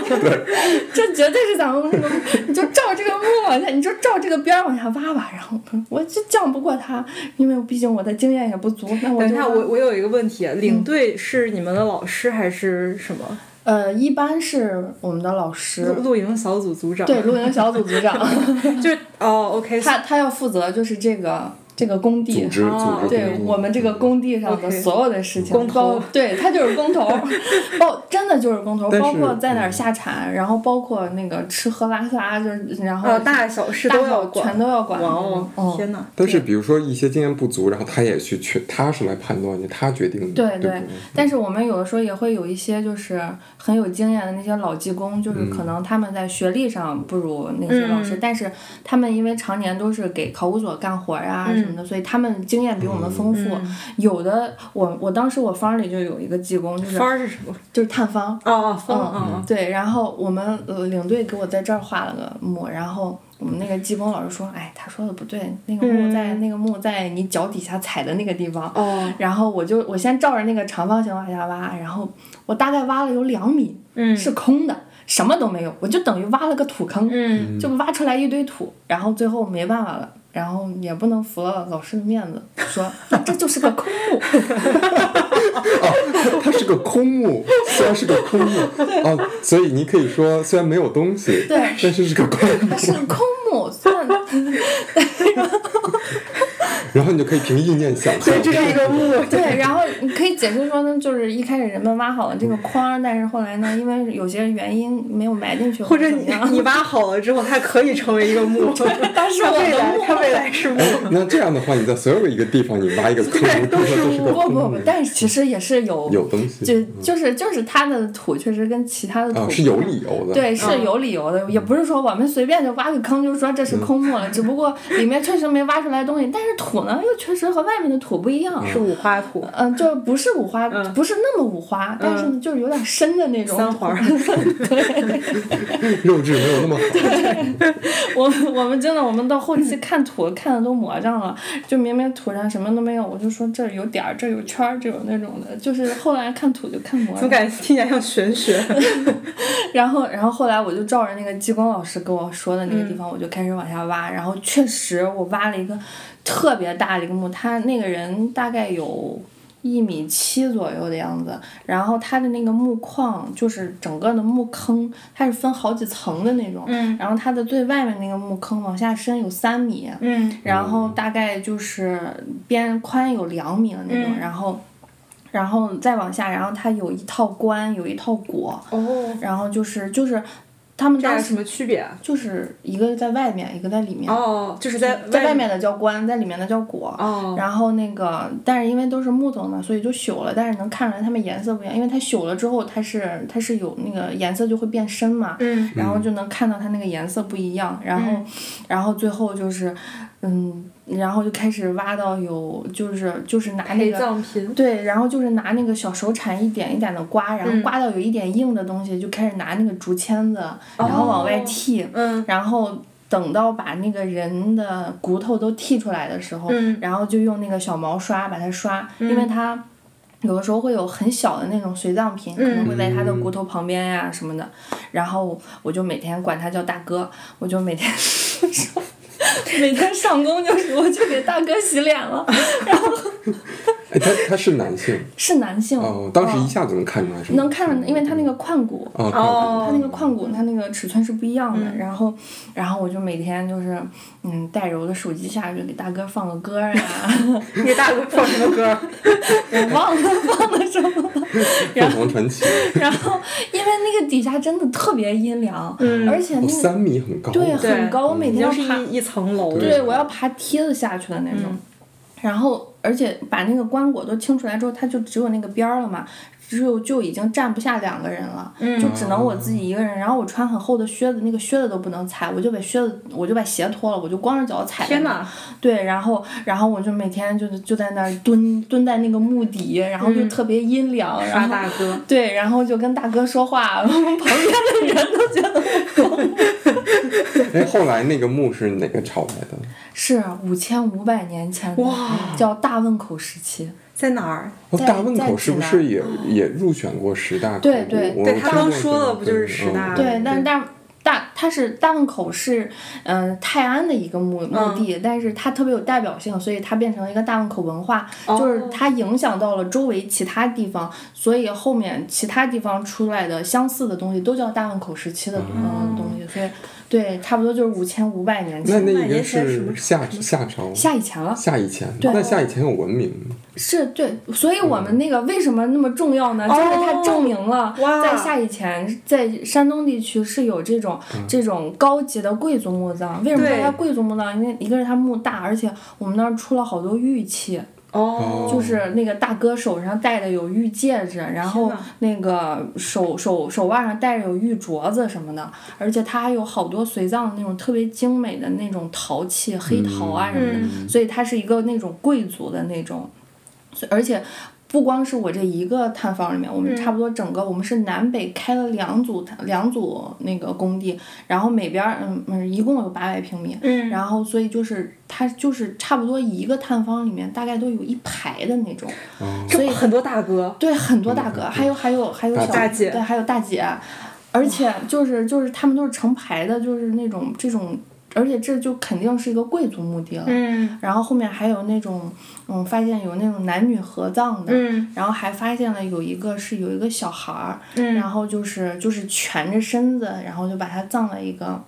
Speaker 3: 这绝对是咱们那个墓，你就照这个墓往下，你就照这个边儿往下挖吧。”然后嗯我就犟不过他，因为毕竟我的经验也不足，那我
Speaker 1: 等
Speaker 3: 就
Speaker 1: 一下，
Speaker 3: 挖
Speaker 1: 我我有一个问题，
Speaker 3: 嗯
Speaker 1: 领队是你们的老师还是什么？
Speaker 3: 呃，一般是我们的老师
Speaker 1: 露，露营小组组长？
Speaker 3: 对，露营小组组长，
Speaker 1: 就是哦，OK，
Speaker 3: 他他要负责就是这个这个工地
Speaker 2: 组织
Speaker 1: 哦
Speaker 2: 组织
Speaker 3: 对
Speaker 2: 工作
Speaker 3: 我们这个工地上的
Speaker 1: OK
Speaker 3: 所有的事情，
Speaker 1: 工头
Speaker 3: 包对他就是工头， 包真的就是工头，
Speaker 2: 但是嗯
Speaker 3: 包括在哪儿下产，然后包括那个吃喝拉撒，就是然后
Speaker 1: 哦，大小事都
Speaker 3: 嗯大小
Speaker 1: 要管，
Speaker 3: 全都要管
Speaker 1: 哇
Speaker 3: 那种
Speaker 1: 哦，
Speaker 3: 嗯
Speaker 1: 天哪！
Speaker 2: 但是比如说一些经验不足，然后他也去去，他是来判断的，他决定的，
Speaker 3: 对
Speaker 2: 对
Speaker 3: 对
Speaker 2: 不对，
Speaker 3: 但是我们有的时候也会有一些就是很有经验的那些老技工，就是可能他们在学历上不如那些老师，
Speaker 1: 嗯
Speaker 3: 但是他们因为常年都是给考古所干活呀、
Speaker 1: 嗯
Speaker 3: 什么的，所以他们经验比我们丰富。有的我我当时我方里就有一个技工，就是
Speaker 1: 方儿是什么？
Speaker 3: 就是探方，
Speaker 1: 哦哦，方，
Speaker 3: 嗯
Speaker 1: 哦
Speaker 3: 对，然后我们呃领队给我在这儿画了个墓，然后我们那个技工老师说，哎，他说的不对，那个墓在、那个墓在你脚底下踩的那个地方。
Speaker 1: 哦哦，
Speaker 3: 然后我就我先照着那个长方形往下挖，然后我大概挖了有两米，是空的，什么都没有，我就等于挖了个土坑，
Speaker 1: 嗯，
Speaker 3: 就挖出来一堆土，然后最后没办法了，然后也不能服了老师的面子，说那这就是个空墓，
Speaker 2: 哦，它是个空墓，虽然是个空墓，哦，所以你可以说虽然没有东西，
Speaker 3: 对
Speaker 2: 但是是个空墓
Speaker 3: 它，是个空墓，算
Speaker 2: 然后你就可以凭意念想象，
Speaker 1: 这是一个墓，
Speaker 3: 对，然后你可以解释说呢，就是一开始人们挖好了这个框儿，但是后来呢，因为有些原因没有埋进去，
Speaker 1: 或者
Speaker 3: 怎么
Speaker 1: 你
Speaker 3: 样
Speaker 1: 你挖好了之后，它可以成为一个 墓，
Speaker 3: 但是
Speaker 1: 它
Speaker 3: 我
Speaker 1: 未
Speaker 3: 的
Speaker 1: 来
Speaker 3: 墓
Speaker 1: 它 未来是墓，
Speaker 2: 哎那这样的话，你在所有的一个地方，你挖一个坑，你就说这是个
Speaker 3: 不
Speaker 2: 空
Speaker 3: 不
Speaker 2: 墓
Speaker 3: 不，，但是其实也是
Speaker 2: 有东西，
Speaker 3: 就就是就是它的土确实跟其他的土、
Speaker 2: 啊，是有理。由的，嗯
Speaker 3: 对，是有理由的，也不是说我们随便就挖个坑就说这
Speaker 2: 嗯
Speaker 3: 是空墓了，只不过里面确实没挖出来东西，但是土呢又确实和外面的土不一样，
Speaker 1: 是五花土，
Speaker 3: 嗯，就不是五花，不是那么五花，但是呢就是有点深的那
Speaker 1: 嗯
Speaker 3: 种
Speaker 1: 三
Speaker 3: 土
Speaker 1: 环儿。
Speaker 2: 肉质没有那么好，
Speaker 3: 我我们真的，我们到后期看图看的都魔怔了，就明明土上什么都没有，我就说这儿有点儿，这儿有圈儿，这儿有那种的，就是后来看土就看魔怔
Speaker 1: 我。感觉听起来像玄学。
Speaker 3: 然后，然后后来我就照着那个技工老师跟我说的那个地
Speaker 1: 嗯
Speaker 3: 方，我就开始往下挖。然后确实，我挖了一个特别大的一个墓，他那个人大概有一米七左右的样子。然后他的那个墓框，就是整个的墓坑，它是分好几层的那种。
Speaker 1: 嗯
Speaker 3: 然后它的最外面那个墓坑往下深有三米，
Speaker 1: 嗯
Speaker 3: 然后大概就是边宽有两米的那种。
Speaker 1: 嗯
Speaker 3: 然后，然后再往下，然后它有一套棺，有一套椁。
Speaker 1: 哦，
Speaker 3: 然后就是就是他们
Speaker 1: 这俩
Speaker 3: 当
Speaker 1: 有
Speaker 3: 时
Speaker 1: 什么区别啊？
Speaker 3: 就是一个在外面，一个在里面。
Speaker 1: 哦，就是在
Speaker 3: 在外面的叫棺，在里面的叫椁。
Speaker 1: 哦，
Speaker 3: 然后那个，但是因为都是木头嘛，所以就朽了。但是能看出来它们颜色不一样，因为它朽了之后，它是它是有那个颜色就会变深嘛。
Speaker 1: 嗯
Speaker 3: 然后就能看到它那个颜色不一样，然后，然后最后就是，嗯，然后就开始挖到有，就是就是拿那
Speaker 1: 陪
Speaker 3: 个
Speaker 1: 葬品，
Speaker 3: 对，然后就是拿那个小手铲一点一点的刮，然后
Speaker 1: 嗯
Speaker 3: 刮到有一点硬的东西，就开始拿那个竹签子，然
Speaker 1: 哦
Speaker 3: 后往外剔，
Speaker 1: 嗯
Speaker 3: 然后等到把那个人的骨头都剔出来的时候，
Speaker 1: 嗯
Speaker 3: 然后就用那个小毛刷把它刷，因为它。有的时候会有很小的那种随葬品，可能会在他的骨头旁边呀、什么的。然后我就每天管他叫大哥，我就每天说， 每天上工就是 我去给大哥洗脸了。
Speaker 2: 哎，他他是男性
Speaker 3: 是男性，
Speaker 2: 哦，当时一
Speaker 3: 哦
Speaker 2: 下就能看出来是吗
Speaker 3: 能看着，因为他那个髋骨，
Speaker 2: 哦，
Speaker 1: 哦嗯
Speaker 3: 它那个髋骨它那个尺寸是不一样的。然后，然后我就每天就是，嗯，带着我的手机下去给大哥放个 歌呀、
Speaker 1: 你给大哥放什么歌？
Speaker 3: 我忘了放的什么 了。
Speaker 2: 看看凤凰传奇，哦
Speaker 3: 然后，因为那个底下真的特别阴凉，
Speaker 1: 嗯
Speaker 3: 而且那
Speaker 2: 哦，
Speaker 3: 个、
Speaker 2: 三米很高，
Speaker 3: 对
Speaker 1: 对
Speaker 3: 很高，我每
Speaker 1: 你
Speaker 3: 天要
Speaker 1: 就是
Speaker 3: 爬，
Speaker 1: 一一层楼，
Speaker 2: 对
Speaker 3: 对我要爬梯子下去的那种。
Speaker 1: 嗯
Speaker 3: 然后，而且把那个棺椁都清出来之后，它就只有那个边儿了嘛，只有就已经站不下两个人了。
Speaker 1: 嗯
Speaker 3: 就只能我自己一个人，然后我穿很厚的靴子，那个靴子都不能踩，我就把靴子，我就把鞋脱了，我就光着脚踩。
Speaker 1: 天！哪，
Speaker 3: 对，然后，然后我就每天就是就在那儿蹲蹲在那个墓底，然后就
Speaker 1: 嗯
Speaker 3: 特别阴凉，然
Speaker 1: 刷
Speaker 3: 后
Speaker 1: 大哥，
Speaker 3: 对，然后就跟大哥说话，我们旁边的人都觉得
Speaker 2: 哎，后来那个墓是哪个朝代的？
Speaker 3: 是啊五千五百年前的，叫大汶口时期。
Speaker 1: 在哪儿？
Speaker 2: 哦，
Speaker 3: 在
Speaker 2: 大汶口
Speaker 3: 在
Speaker 2: 是不
Speaker 3: 济
Speaker 2: 是也也入选过十大考古？
Speaker 3: 对对
Speaker 2: 我
Speaker 1: 对他
Speaker 2: 听
Speaker 1: 刚
Speaker 2: 过这
Speaker 1: 说
Speaker 2: 个
Speaker 1: 了不就是
Speaker 2: 对
Speaker 1: 十大
Speaker 2: 嗯
Speaker 3: 对，
Speaker 1: 对
Speaker 3: 但是大大它是大汶口是嗯、呃泰安的一个墓墓地，但是它特别有代表性，所以它变成了一个大汶口文化，就是
Speaker 1: 哦
Speaker 3: 它影响到了周围其他地方，所以后面其他地方出来的相似的东西都叫大汶口时期的嗯东西，所以对，差不多就是五千五百年
Speaker 2: 那
Speaker 3: 前。
Speaker 2: 那
Speaker 1: 那
Speaker 2: 应该
Speaker 1: 年前什
Speaker 2: 是
Speaker 1: 么
Speaker 2: 夏夏朝，
Speaker 3: 下以前了，
Speaker 2: 夏以前。那夏以前有文明吗，
Speaker 3: 是对，所以我
Speaker 1: 嗯
Speaker 3: 们那个为什么那么重要呢？就是它证明了
Speaker 1: 哦哇，
Speaker 3: 在夏以前，在山东地区是有这种这种高级的贵族墓葬。为什么
Speaker 1: 嗯对
Speaker 3: 叫它贵族墓葬？因为一个是它墓大，而且我们那儿出了好多玉器，
Speaker 1: 哦，
Speaker 3: 就是那个大哥手上戴的有玉戒指，然后
Speaker 1: 天哪
Speaker 3: 那个手手手腕上戴着有玉镯子什么的，而且它还有好多随葬的那种特别精美的那种陶器、黑陶啊什么的，
Speaker 1: 嗯
Speaker 3: 所以它是一个那种贵族的那种，所以而且。不光是我这一个探访里面，我
Speaker 1: 嗯
Speaker 3: 们差不多整个我们是南北开了两组探两组那个工地，然后每边儿嗯嗯一共有八百平米，
Speaker 1: 嗯
Speaker 3: 然后所以就是它就是差不多一个探方里面大概都有一排的那种，所以
Speaker 1: 这很多大哥，
Speaker 3: 对很多大哥，还有还有还有小
Speaker 1: 嗯大姐
Speaker 3: 对还有大姐，而且就是就是他们都是成排的，就是那种这种，而且这就肯定是一个贵族墓地了。
Speaker 1: 嗯
Speaker 3: 然后后面还有那种，嗯，发现有那种男女合葬的，
Speaker 1: 嗯
Speaker 3: 然后还发现了有一个是有一个小孩儿，然
Speaker 1: 嗯，
Speaker 3: 后就是就是蜷着身子，然后就把它葬在一个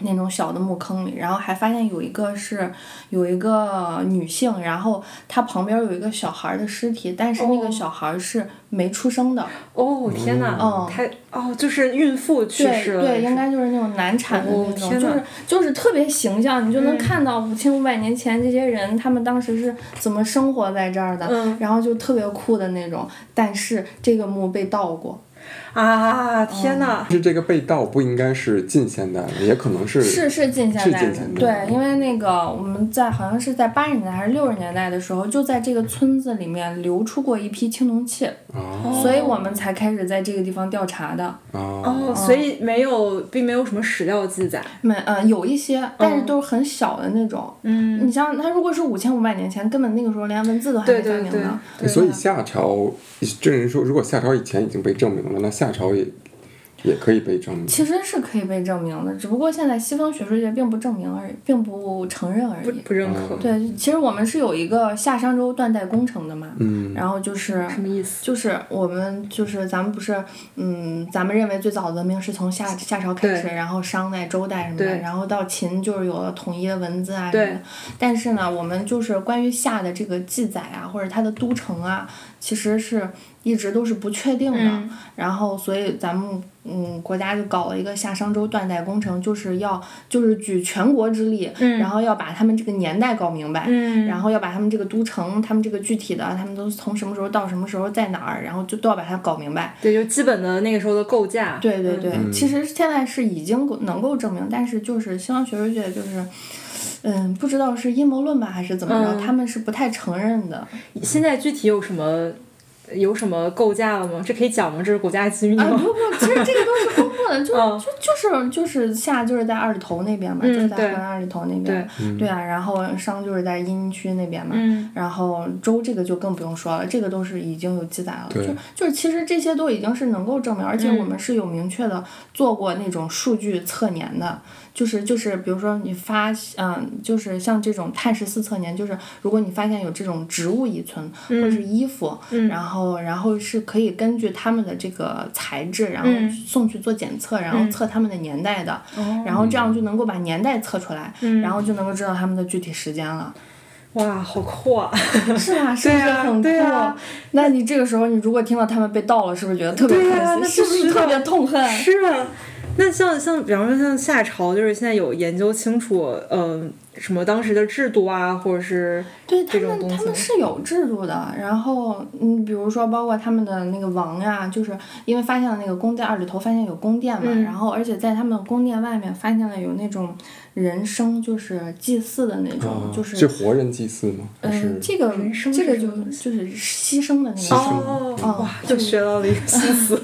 Speaker 3: 那种小的墓坑里，然后还发现有一个是有一个女性，然后她旁边有一个小孩儿的尸体，但是那
Speaker 1: 哦
Speaker 3: 个小孩儿是没出生的，
Speaker 1: 哦天哪，
Speaker 3: 嗯
Speaker 1: 太哦，就是孕妇去
Speaker 3: 对
Speaker 1: 世了，
Speaker 3: 对，
Speaker 1: 是
Speaker 3: 应该就是那种难产的
Speaker 1: 哦
Speaker 3: 那种，
Speaker 1: 天
Speaker 3: 就
Speaker 1: 哪
Speaker 3: 是就是特别形象，你就能
Speaker 1: 嗯
Speaker 3: 看到五千五百年前这些人他们当时是怎么生活在这儿的，
Speaker 1: 嗯
Speaker 3: 然后就特别酷的那种，但是这个墓被盗过，
Speaker 1: 啊，天哪，
Speaker 2: 是这个被盗不应该是近现代的，也可能是
Speaker 3: 是是近现
Speaker 2: 是
Speaker 3: 代
Speaker 2: 近
Speaker 3: 的，
Speaker 2: 现代的
Speaker 3: 对，因为那个我们在好像是在八十年代还是六十年代的时候，就在这个村子里面流出过一批青铜器，
Speaker 2: 哦
Speaker 3: 所以我们才开始在这个地方调查的。
Speaker 1: 哦，
Speaker 2: 哦
Speaker 1: 所以没有，并没有什么史料记载，
Speaker 3: 没，呃，有一些，但是都是很小的那种。
Speaker 1: 嗯
Speaker 3: 你像它如果是五千五百年前，根本那个时候连文字都还
Speaker 1: 对
Speaker 3: 没发
Speaker 1: 对
Speaker 3: 明
Speaker 1: 对
Speaker 3: 呢。
Speaker 1: 对，
Speaker 2: 哎所以夏朝，证人说，如果夏朝以前已经被证明了，那夏朝也也可以被证明。
Speaker 3: 其实是可以被证明的，只不过现在西方学术界并不证明而已，并不承认而
Speaker 1: 不
Speaker 3: 已。
Speaker 1: 不认可，
Speaker 3: 对，其实我们是有一个夏商周断代工程的嘛，
Speaker 2: 嗯，
Speaker 3: 然后就是
Speaker 1: 什么意思？
Speaker 3: 就是我们就是咱们不是嗯，咱们认为最早的文明是从夏夏朝开始，
Speaker 1: 对
Speaker 3: 然后商代、周代什么的，
Speaker 1: 对
Speaker 3: 然后到秦就是有了统一的文字啊什
Speaker 1: 对
Speaker 3: 么的。但是呢，我们就是关于夏的这个记载啊，或者它的都城啊，其实是一直都是不确定的。
Speaker 1: 嗯
Speaker 3: 然后，所以咱们嗯国家就搞了一个夏商周断代工程，就是要就是举全国之力，
Speaker 1: 嗯
Speaker 3: 然后要把他们这个年代搞明白。
Speaker 1: 嗯
Speaker 3: 然后要把他们这个都城，他们这个具体的，他们都从什么时候到什么时候在哪儿，然后就都要把它搞明白。
Speaker 1: 对，就基本的那个时候的构架，
Speaker 3: 对对对，其实现在是已经够能够证明，但是就是西方学术界就是，嗯，不知道是阴谋论吧还是怎么着，
Speaker 1: 嗯
Speaker 3: 他们是不太承认的。
Speaker 1: 现在具体有什么有什么构架了吗？这可以讲吗？这是国家机密
Speaker 3: 啊，
Speaker 1: 吗？
Speaker 3: 不不，其实这个都是公布的，就
Speaker 1: 嗯
Speaker 3: 就就是就是夏就是在二里头那边嘛，
Speaker 1: 嗯
Speaker 3: 就是在
Speaker 1: 对
Speaker 3: 河南二里头那边，对啊，然后商就是在殷区那边嘛，
Speaker 1: 嗯
Speaker 3: 然后州这个就更不用说了，这个都是已经有记载了，
Speaker 2: 对
Speaker 3: 就就是其实这些都已经是能够证明，而且
Speaker 1: 嗯
Speaker 3: 我们是有明确的做过那种数据测年的。就是就是，比如说你发，嗯，就是像这种碳十四测年，就是如果你发现有这种植物乙醇、或者是衣服，
Speaker 1: 嗯
Speaker 3: 然后然后是可以根据他们的这个材质，然后
Speaker 1: 嗯
Speaker 3: 送去做检测，然后测他们的年代的，然后
Speaker 1: 嗯
Speaker 3: 这样就能够把年代测出来，然后就能够知道他们的具体时间了。
Speaker 1: 哇，好酷啊！
Speaker 3: 是啊，是不是
Speaker 1: 对啊
Speaker 3: 很酷？
Speaker 1: 对啊
Speaker 3: 那你这个时候，你如果听到他们被盗了，是不是觉得特别
Speaker 1: 对
Speaker 3: 开
Speaker 1: 啊
Speaker 3: 心？
Speaker 1: 那
Speaker 3: 是不
Speaker 1: 必须
Speaker 3: 是
Speaker 1: 的
Speaker 3: 特别痛恨？
Speaker 1: 是啊，那像像比方说像夏朝，就是现在有研究清楚，嗯、什么当时的制度啊，或者是
Speaker 3: 对他
Speaker 1: 这种
Speaker 3: 们，
Speaker 1: 东
Speaker 3: 他
Speaker 1: 西
Speaker 3: 们是有制度的。然后，嗯，比如说，包括他们的那个王呀、就是因为发现了那个宫在二里头发现有宫殿嘛，
Speaker 1: 嗯
Speaker 3: 然后而且在他们宫殿外面发现了有那种人生，就是祭祀的那种，
Speaker 2: 啊
Speaker 3: 就是
Speaker 2: 是活人祭祀吗？还是
Speaker 3: 嗯，这个
Speaker 1: 人生
Speaker 3: 这
Speaker 1: 哦是
Speaker 3: 个
Speaker 1: 什
Speaker 3: 就
Speaker 1: 么东
Speaker 3: 就是牺牲的那
Speaker 2: 牲
Speaker 3: 种，
Speaker 1: 哦
Speaker 3: 哦
Speaker 1: 哇，就学到了一个新词，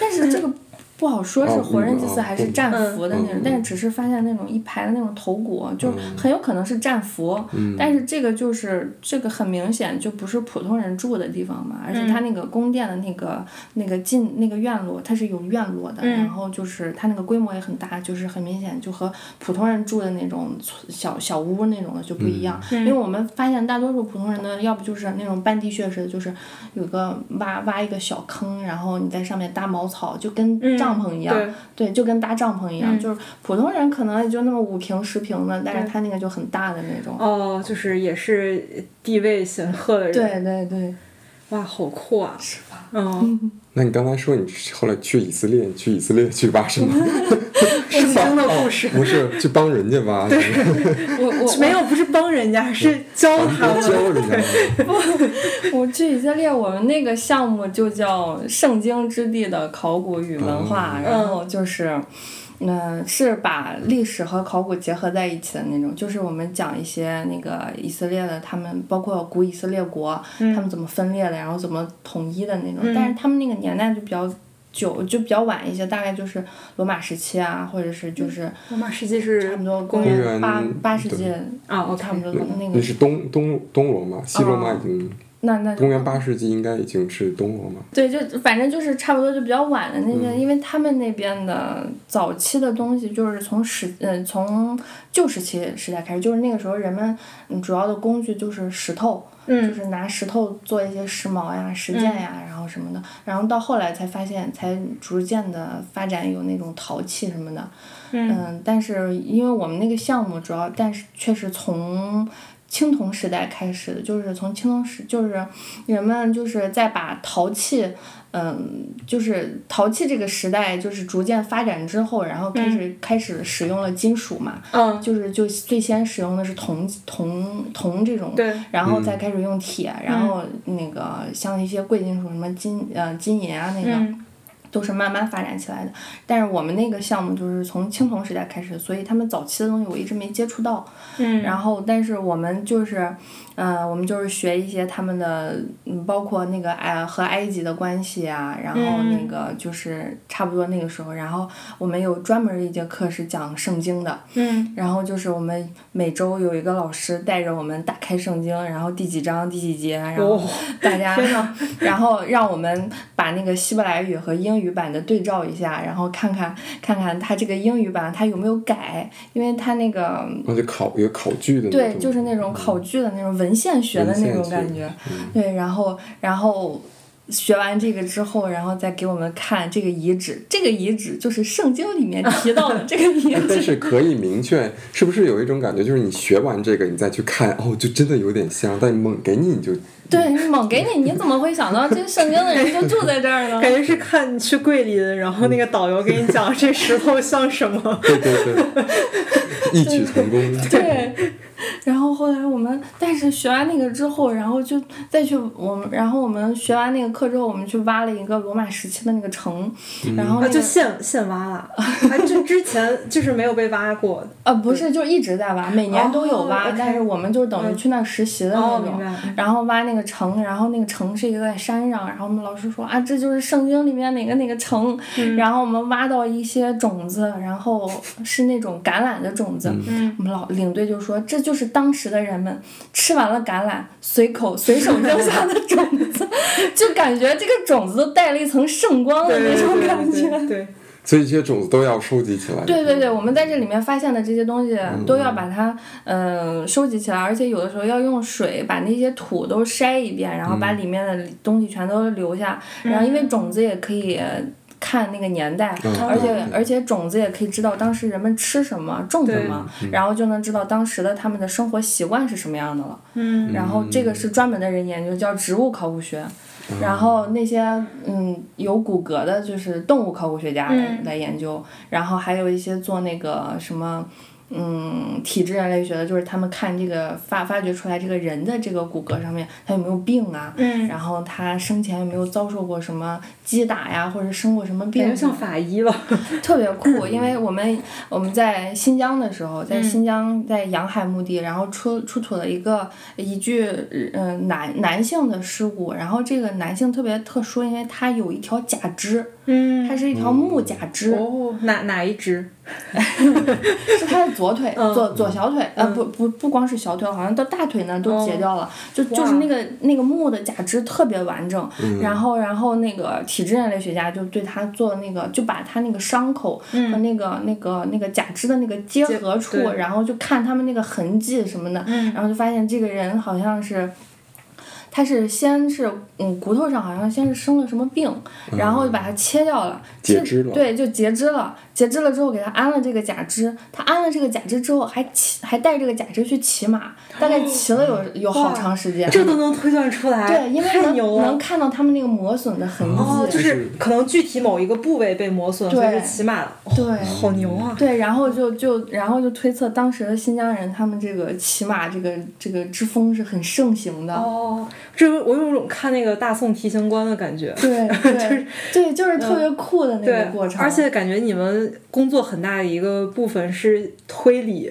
Speaker 3: 但是这个不好说是
Speaker 2: 嗯哦
Speaker 3: 活人
Speaker 2: 嗯
Speaker 3: 祭祀
Speaker 2: 哦
Speaker 3: 还是
Speaker 2: 嗯
Speaker 3: 战俘的那种
Speaker 2: 嗯，
Speaker 3: 但是只是发现那种一排的那种头骨，就很有可能是战俘，但是这个就是这个很明显就不是普通人住的地方嘛，而且
Speaker 1: 嗯
Speaker 3: 它那个宫殿的那个那个进那个院落，它是有院落的，
Speaker 1: 嗯
Speaker 3: 然后就是它那个规模也很大，就是很明显就和普通人住的那种村小小屋那种的就不一样，
Speaker 1: 嗯
Speaker 3: 因为我们发现大多数普通人呢，要不就是那种半地穴式的，就是有个挖挖一个小坑，然后你在上面搭茅草，就跟帐篷一样，
Speaker 1: 嗯对嗯
Speaker 3: 对，就跟搭帐篷一样，就是普通人可能也就那么五平十平的，但是他那个就很大的那种。
Speaker 1: 哦，就是也是地位显赫的人，
Speaker 3: 对对对，
Speaker 1: 哇，好酷啊！是吧？嗯，
Speaker 2: 那你刚才说你后来去以色列，你去以色列去挖什 么？
Speaker 1: 圣经的故事，
Speaker 2: 不 是去帮人家挖，
Speaker 3: 我我
Speaker 1: 没有，不 是帮人家，是教他们。
Speaker 2: 教人家挖。
Speaker 3: 我去以色列，我们那个项目就叫“圣经之地的考古与文化”，
Speaker 2: 嗯
Speaker 3: 然后就是，嗯、是把历史和考古结合在一起的那种。就是我们讲一些那个以色列的，他们包括古以色列国，
Speaker 2: 嗯
Speaker 3: 他们怎么分裂的，然后怎么统一的那种。但是他们那个年代就比较久，就比较晚一些，大概就是罗马时期啊，或者是就是
Speaker 1: 罗马世纪啊
Speaker 3: 差
Speaker 1: 是
Speaker 3: 不多
Speaker 1: 公
Speaker 3: 公
Speaker 1: 元
Speaker 2: 嗯公元
Speaker 3: 元八八世
Speaker 2: 对
Speaker 3: 纪，
Speaker 1: 啊，OK，
Speaker 3: 差不多那
Speaker 2: 你
Speaker 3: 个
Speaker 2: 是东东东罗马，西罗马
Speaker 3: 哦
Speaker 2: 已经
Speaker 3: 那那就
Speaker 2: 公元八世纪应该已经是东罗马。
Speaker 3: 对，就反正就是差不多就比较晚的那些，因为他们那边的早期的东西就是从史，呃，从旧石器时代开始，就是那个时候人们嗯主要的工具就是石头，就
Speaker 1: 嗯
Speaker 3: 是拿石头做一些石矛呀、石剑呀，然后什么的，然后到后来才发现，才逐渐的发展有那种陶器什么的，
Speaker 1: 嗯
Speaker 3: 嗯，但是因为我们那个项目主要，但是确实从青铜时代开始的，就是从青铜时，就是人们就是在把陶器，嗯，就是陶器这个时代就是逐渐发展之后，然后开始、开始使用了金属嘛，
Speaker 1: 嗯，
Speaker 3: 就是就最先使用的是铜铜铜这种，
Speaker 1: 对，嗯
Speaker 3: 然后再开始用铁，然后那个像一些贵金属什么金呃金银啊那个。
Speaker 1: 嗯
Speaker 3: 都是慢慢发展起来的。但是我们那个项目就是从青铜时代开始，所以他们早期的东西我一直没接触到。
Speaker 1: 嗯，
Speaker 3: 然后，但是我们就是，呃，我们就是学一些他们的，嗯，包括那个埃、和埃及的关系啊，然后
Speaker 1: 嗯
Speaker 3: 那个就是差不多那个时候，然后我们有专门的一节课是讲圣经的，
Speaker 1: 嗯
Speaker 3: 然后就是我们每周有一个老师带着我们打开圣经，然后第几章第几节，然后
Speaker 1: 哦
Speaker 3: 大家，然后让我们把那个希伯来语和英语版的对照一下，然后看看看看它这个英语版它有没有改，因为它那个
Speaker 2: 那就考有考据的那种。
Speaker 3: 对，嗯就是那种考据的那种文献学的那种感觉，
Speaker 2: 嗯
Speaker 3: 对，然后然后学完这个之后，然后再给我们看这个遗址，这个遗址就是圣经里面提到的这个遗
Speaker 2: 哎
Speaker 3: 址，
Speaker 2: 但是可以明确，是不是有一种感觉，就是你学完这个，你再去看，哦，就真的有点像，但猛给你，你就
Speaker 3: 对，猛给你，你怎么会想到这圣经的人就住在这儿呢？
Speaker 1: 感觉是看你去桂林，然后那个导游给你讲 这石头像什么。
Speaker 2: 对对对，异曲同工。
Speaker 3: 对，然后后来我们，但是学完那个之后，然后就再去我们，然后我们学完那个课之后，我们去挖了一个罗马时期的那个城，然后、那
Speaker 1: 啊，
Speaker 3: 个、
Speaker 1: 就现现挖了， 啊，这之前就是没有被挖 过。
Speaker 3: 呃，不是，就一直在挖，每年都有挖，
Speaker 1: 哦，OK
Speaker 3: 但是我们就等于去那儿实习的那
Speaker 1: 哦，
Speaker 3: 种。
Speaker 1: 明白。
Speaker 3: 然后挖那个城，然后那个城是一个在山上，然后我们老师说啊，这就是圣经里面哪个哪个城，
Speaker 1: 嗯
Speaker 3: 然后我们挖到一些种子，然后是那种橄榄的种子，
Speaker 1: 嗯
Speaker 3: 我们老领队就说这就是当时的人们吃完了橄榄，随口随手扔下的种子， 就感觉这个种子都带了一层圣光的那种感觉。
Speaker 1: 对对对，
Speaker 2: 所以这些种子都要收集起来。
Speaker 3: 对对对，我们在这里面发现的这些东西都要把它嗯、呃收集起来，而且有的时候要用水把那些土都筛一遍，然后把里面的东西全都留下。然后因为种子也可以看那个年代，
Speaker 2: 嗯
Speaker 3: 而且、
Speaker 2: 嗯
Speaker 3: 而且种子也可以知道当时人们吃什么、种什么，然后就能知道当时的他们的生活习惯是什么样的了。
Speaker 1: 嗯
Speaker 3: 然后这个是专门的人研究，叫植物考古学。然后那些嗯有骨骼的，就是动物考古学家来,、
Speaker 1: 嗯
Speaker 3: 来研究，然后还有一些做那个什么嗯体质人类学的，就是他们看这个发发掘出来这个人的这个骨骼上面他有没有病啊，
Speaker 1: 嗯，
Speaker 3: 然后他生前有没有遭受过什么击打呀，或者生过什么病
Speaker 1: 感
Speaker 3: 啊，
Speaker 1: 觉像法医了。
Speaker 3: 特别酷，因为我们我们在新疆的时候，
Speaker 1: 嗯
Speaker 3: 在新疆在洋海墓地，然后出出土了一个一具嗯、呃男男性的尸骨，然后这个男性特别特殊，因为他有一条假肢，它
Speaker 1: 嗯，
Speaker 3: 是一条木假肢，
Speaker 1: 哦，哪哪一只？
Speaker 3: 是他的左腿，
Speaker 1: 嗯嗯
Speaker 3: 左左小腿，呃，不不不光是小腿，好像到大腿呢都截掉了，就就是那个那个木的假肢特别完整，
Speaker 2: 嗯
Speaker 3: 然后然后那个体质人类学家就对他做那个，就把他那个伤口和那个、那个那个假肢的那个结合处，
Speaker 1: 嗯对
Speaker 3: 然后就看他们那个痕迹什么的，
Speaker 1: 嗯
Speaker 3: 然后就发现这个人好像是。他是先是嗯骨头上好像先是生了什么病，然后就把它切掉了，
Speaker 2: 嗯截
Speaker 3: 切
Speaker 2: 肢了
Speaker 3: 对，就截肢了。截肢了之后给他安了这个假肢，他安了这个假肢之后还骑还带这个假肢去骑马，大概骑了有有好
Speaker 1: 哦哇
Speaker 3: 长时间。
Speaker 1: 这都能推断出来，
Speaker 3: 对，因为
Speaker 1: 太
Speaker 3: 能
Speaker 1: 牛了
Speaker 3: 能。看到他们那个磨损的痕迹。
Speaker 1: 哦，就
Speaker 2: 就是是
Speaker 1: 可能具体某一个部位被磨损，
Speaker 3: 对
Speaker 1: 所以就起码哦
Speaker 3: 对
Speaker 1: 好牛啊！
Speaker 3: 对，然后就就然后就推测当时的新疆人他们这个骑马这个这个之风是很盛行的。
Speaker 1: 哦，这我有种看那个大宋提刑官的感觉。
Speaker 3: 对对对，就是特别酷的
Speaker 1: 嗯
Speaker 3: 那
Speaker 1: 对
Speaker 3: 个过，程。
Speaker 1: 而且感觉你们工作很大的一个部分是推理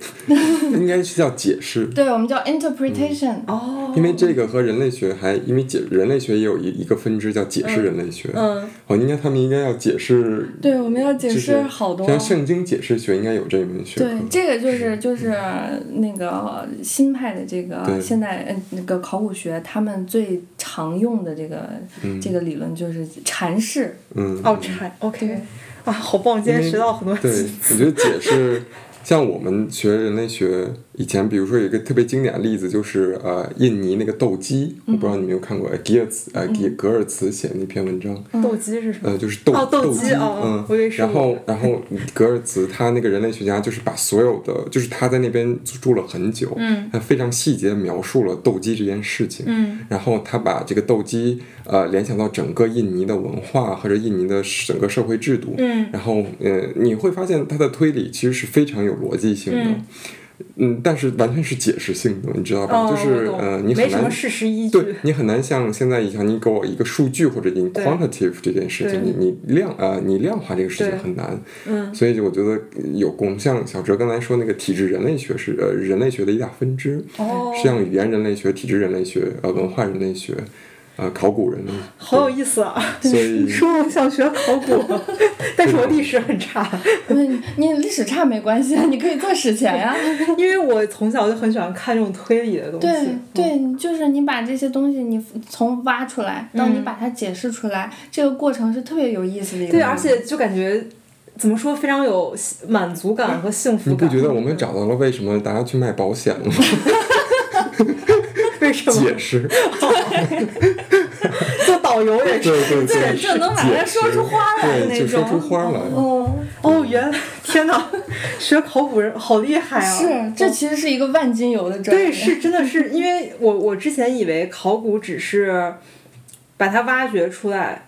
Speaker 2: 应该是叫解释，
Speaker 3: 对我们叫
Speaker 1: 嗯
Speaker 3: interpretation，、
Speaker 1: 哦
Speaker 2: 因为这个和人类学还因为解人类学也有一一个分支叫解释人类学。
Speaker 1: 嗯，
Speaker 2: 哦，应该他们应该要解释，
Speaker 3: 对，我们要解
Speaker 2: 就
Speaker 3: 释
Speaker 2: 是
Speaker 3: 好多。
Speaker 2: 像圣经解释学应该有这门学科。
Speaker 3: 对，这个就是就是那个新派的这个
Speaker 2: 对
Speaker 3: 现代呃那个考古学，他们最常用的这个、这个理论就是阐释。
Speaker 2: 嗯，
Speaker 1: 哦，这还 OK 啊，好棒！今天学到很多
Speaker 2: 对，我觉得解释，像我们学人类学以前，比如说有一个特别经典的例子，就是呃，印尼那个斗鸡，我不知道你有没有看过，呃吉尔茨呃吉格尔茨写的那篇文章，
Speaker 1: 斗鸡是什么？
Speaker 2: 呃，就是斗、
Speaker 1: 哦斗鸡
Speaker 2: 鸡，
Speaker 1: 哦
Speaker 2: 嗯，
Speaker 1: 我以为是
Speaker 2: 然后然后格尔茨他那个人类学家就是把所有的，就是他在那边住了很久，
Speaker 1: 嗯，
Speaker 2: 他非常细节地描述了斗鸡这件事情，
Speaker 1: 嗯，
Speaker 2: 然后他把这个斗鸡呃联想到整个印尼的文化或者印尼的整个社会制度，
Speaker 1: 嗯
Speaker 2: 然后呃你会发现他的推理其实是非常有逻辑性的。
Speaker 1: 嗯
Speaker 2: 嗯但是完全是解释性的，你知道吧？
Speaker 1: 哦，
Speaker 2: 就是
Speaker 1: 我懂
Speaker 2: 呃，你很
Speaker 1: 没什么
Speaker 2: 难
Speaker 1: 事实依
Speaker 2: 对
Speaker 1: 据。
Speaker 2: 你很难像现在一样，你给我一个数据或者你
Speaker 1: 对
Speaker 2: quantitative 这件事情，
Speaker 1: 对
Speaker 2: 你你量呃你量化这个事
Speaker 1: 对
Speaker 2: 情很难，
Speaker 1: 嗯
Speaker 2: 所以就我觉得有功。像小哲刚才说那个体制人类学是呃人类学的一大分支，
Speaker 1: 哦，
Speaker 2: 像语言人类学、体制人类学、呃文化人类学、呃考古人类学，
Speaker 1: 好有意思啊！
Speaker 2: 所以
Speaker 1: 说我想学考 古，但是我历史很差，
Speaker 3: 不是你你历史差没关系，啊你可以做史前啊呀、
Speaker 1: 因为我从小就很喜欢看这种推理的东
Speaker 3: 对
Speaker 1: 西。
Speaker 3: 对，你就是你把这些东西你从挖出来到你把它解释出来，这个过程是特别有意思的一个。
Speaker 1: 对，而且就感觉怎么说，非常有喜满足感和幸福
Speaker 2: 你
Speaker 1: 感。
Speaker 2: 不觉得我们找到了为什么大家去卖保险吗？
Speaker 1: 为什么
Speaker 2: 解释，
Speaker 1: 做导游也
Speaker 2: 对
Speaker 1: 是？
Speaker 2: 对对，
Speaker 3: 这能把它
Speaker 2: 解
Speaker 3: 说出
Speaker 2: 释
Speaker 3: 花来的
Speaker 2: 对，
Speaker 3: 那
Speaker 2: 就说出
Speaker 3: 种
Speaker 2: 花来。
Speaker 1: 哦哦，原来天哪，学考古人好厉害啊！
Speaker 3: 是，这其实是一个万金油的专业。
Speaker 1: 对，是真的是因为我我之前以为考古只是把它挖掘出来，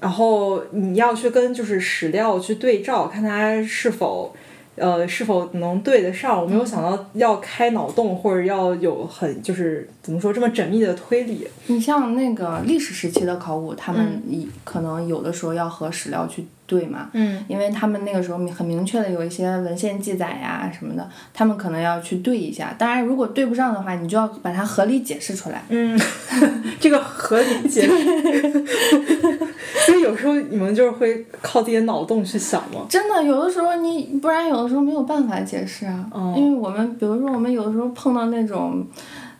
Speaker 1: 然后你要去跟就是史料去对照，看它是否呃是否能对得上，我没有
Speaker 3: 嗯
Speaker 1: 想到要开脑洞或者要有很就是怎么说这么缜密的推理。
Speaker 3: 你像那个历史时期的考古，他们一可能有的时候要和史料去对嘛，
Speaker 1: 嗯
Speaker 3: 因为他们那个时候明很明确的有一些文献记载呀、什么的，他们可能要去对一下。当然，如果对不上的话，你就要把它合理解释出来。
Speaker 1: 嗯，这个合理解释。所以有时候你们就是会靠自己的脑洞去想吗？
Speaker 3: 真的，有的时候你不然有的时候没有办法解释啊，
Speaker 1: 哦
Speaker 3: 因为我们比如说我们有的时候碰到那种。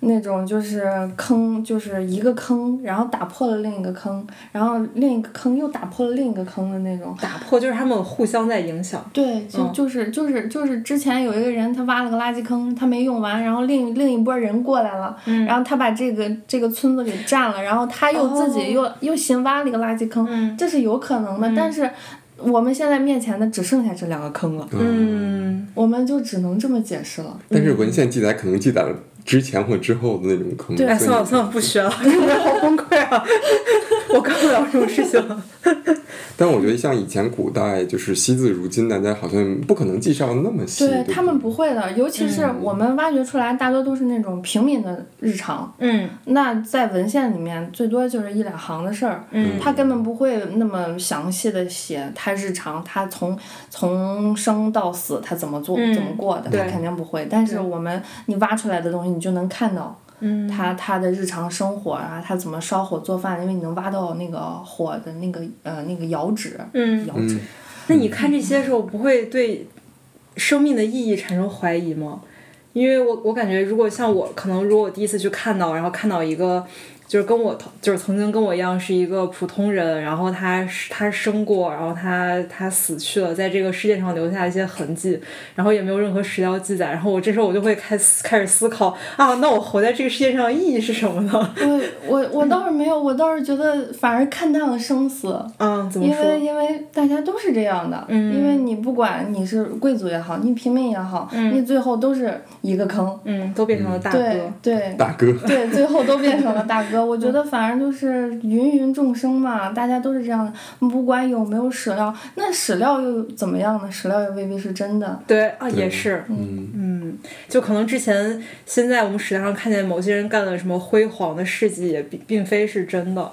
Speaker 3: 那种就是坑，就是一个坑，然后打破了另一个坑，然后另一个坑又打破了另一个坑的那种，
Speaker 1: 打破就是他们互相在影响。
Speaker 3: 对，就、
Speaker 1: 嗯
Speaker 3: 就是就是就是之前有一个人他挖了个垃圾坑，他没用完，然后另另一波人过来了，
Speaker 1: 嗯
Speaker 3: 然后他把这个这个村子给占了，然后他又自己又、又新挖了一个垃圾坑，
Speaker 1: 哦嗯
Speaker 3: 这是有可能的。但是我们现在面前的只剩下这两个坑了，
Speaker 1: 嗯，
Speaker 3: 我们就只能这么解释了。
Speaker 2: 但是文献记载可能记载了之前或之后的那种坑，
Speaker 3: 啊
Speaker 1: 哎，
Speaker 2: 所以
Speaker 1: 算了算了，不学了，真的好崩溃啊！我干不了这种事情了。
Speaker 2: 但我觉得像以前古代，就是惜字如金，大家好像不可能记上那么细。对
Speaker 3: 对
Speaker 2: 不对
Speaker 3: 他们不会的，尤其
Speaker 1: 嗯
Speaker 3: 是我们挖掘出来大多都是那种平民的日常，
Speaker 1: 嗯
Speaker 3: 那在文献里面最多就是一两行的事儿，
Speaker 1: 嗯
Speaker 3: 他根本不会那么详细的写他日常，他从从生到死他怎么做、
Speaker 1: 嗯
Speaker 3: 怎么过的，
Speaker 1: 对
Speaker 3: 他肯定不会。但是
Speaker 1: 对
Speaker 3: 我们你挖出来的东西，你就能看到
Speaker 1: 嗯，
Speaker 3: 他他的日常生活啊，他怎么烧火做饭，因为你能挖到那个火的那个呃那个窑址，
Speaker 1: 嗯
Speaker 3: 窑址。
Speaker 1: 那你看这些时候，不会对生命的意义产生怀疑吗？因为我我感觉，如果像我，可能如果我第一次去看到，然后看到一个就是跟我同就是曾经跟我一样是一个普通人，然后他是他生过，然后他他死去了，在这个世界上留下一些痕迹，然后也没有任何史料记载，然后我这时候我就会开始开始思考啊，那我活在这个世界上的意义是什么呢？
Speaker 3: 我我我倒是没有，我倒是觉得反而看淡了生死。
Speaker 1: 嗯，怎么
Speaker 3: 因为
Speaker 1: 说？
Speaker 3: 因为大家都是这样的，
Speaker 1: 嗯
Speaker 3: 因为你不管你是贵族也好，你平民也好，
Speaker 1: 嗯
Speaker 3: 你最后都是一个坑，
Speaker 1: 嗯，都变成了大哥。嗯
Speaker 3: 对对
Speaker 2: 大哥，
Speaker 3: 对，最后都变成了大哥。我觉得反而就是芸芸众生嘛，大家都是这样的，不管有没有史料，那史料又怎么样呢？史料也未必是真的。
Speaker 1: 对啊，也是，
Speaker 2: 嗯，
Speaker 1: 嗯，就可能之前现在我们史料上看见某些人干了什么辉煌的事迹，也并并非是真的。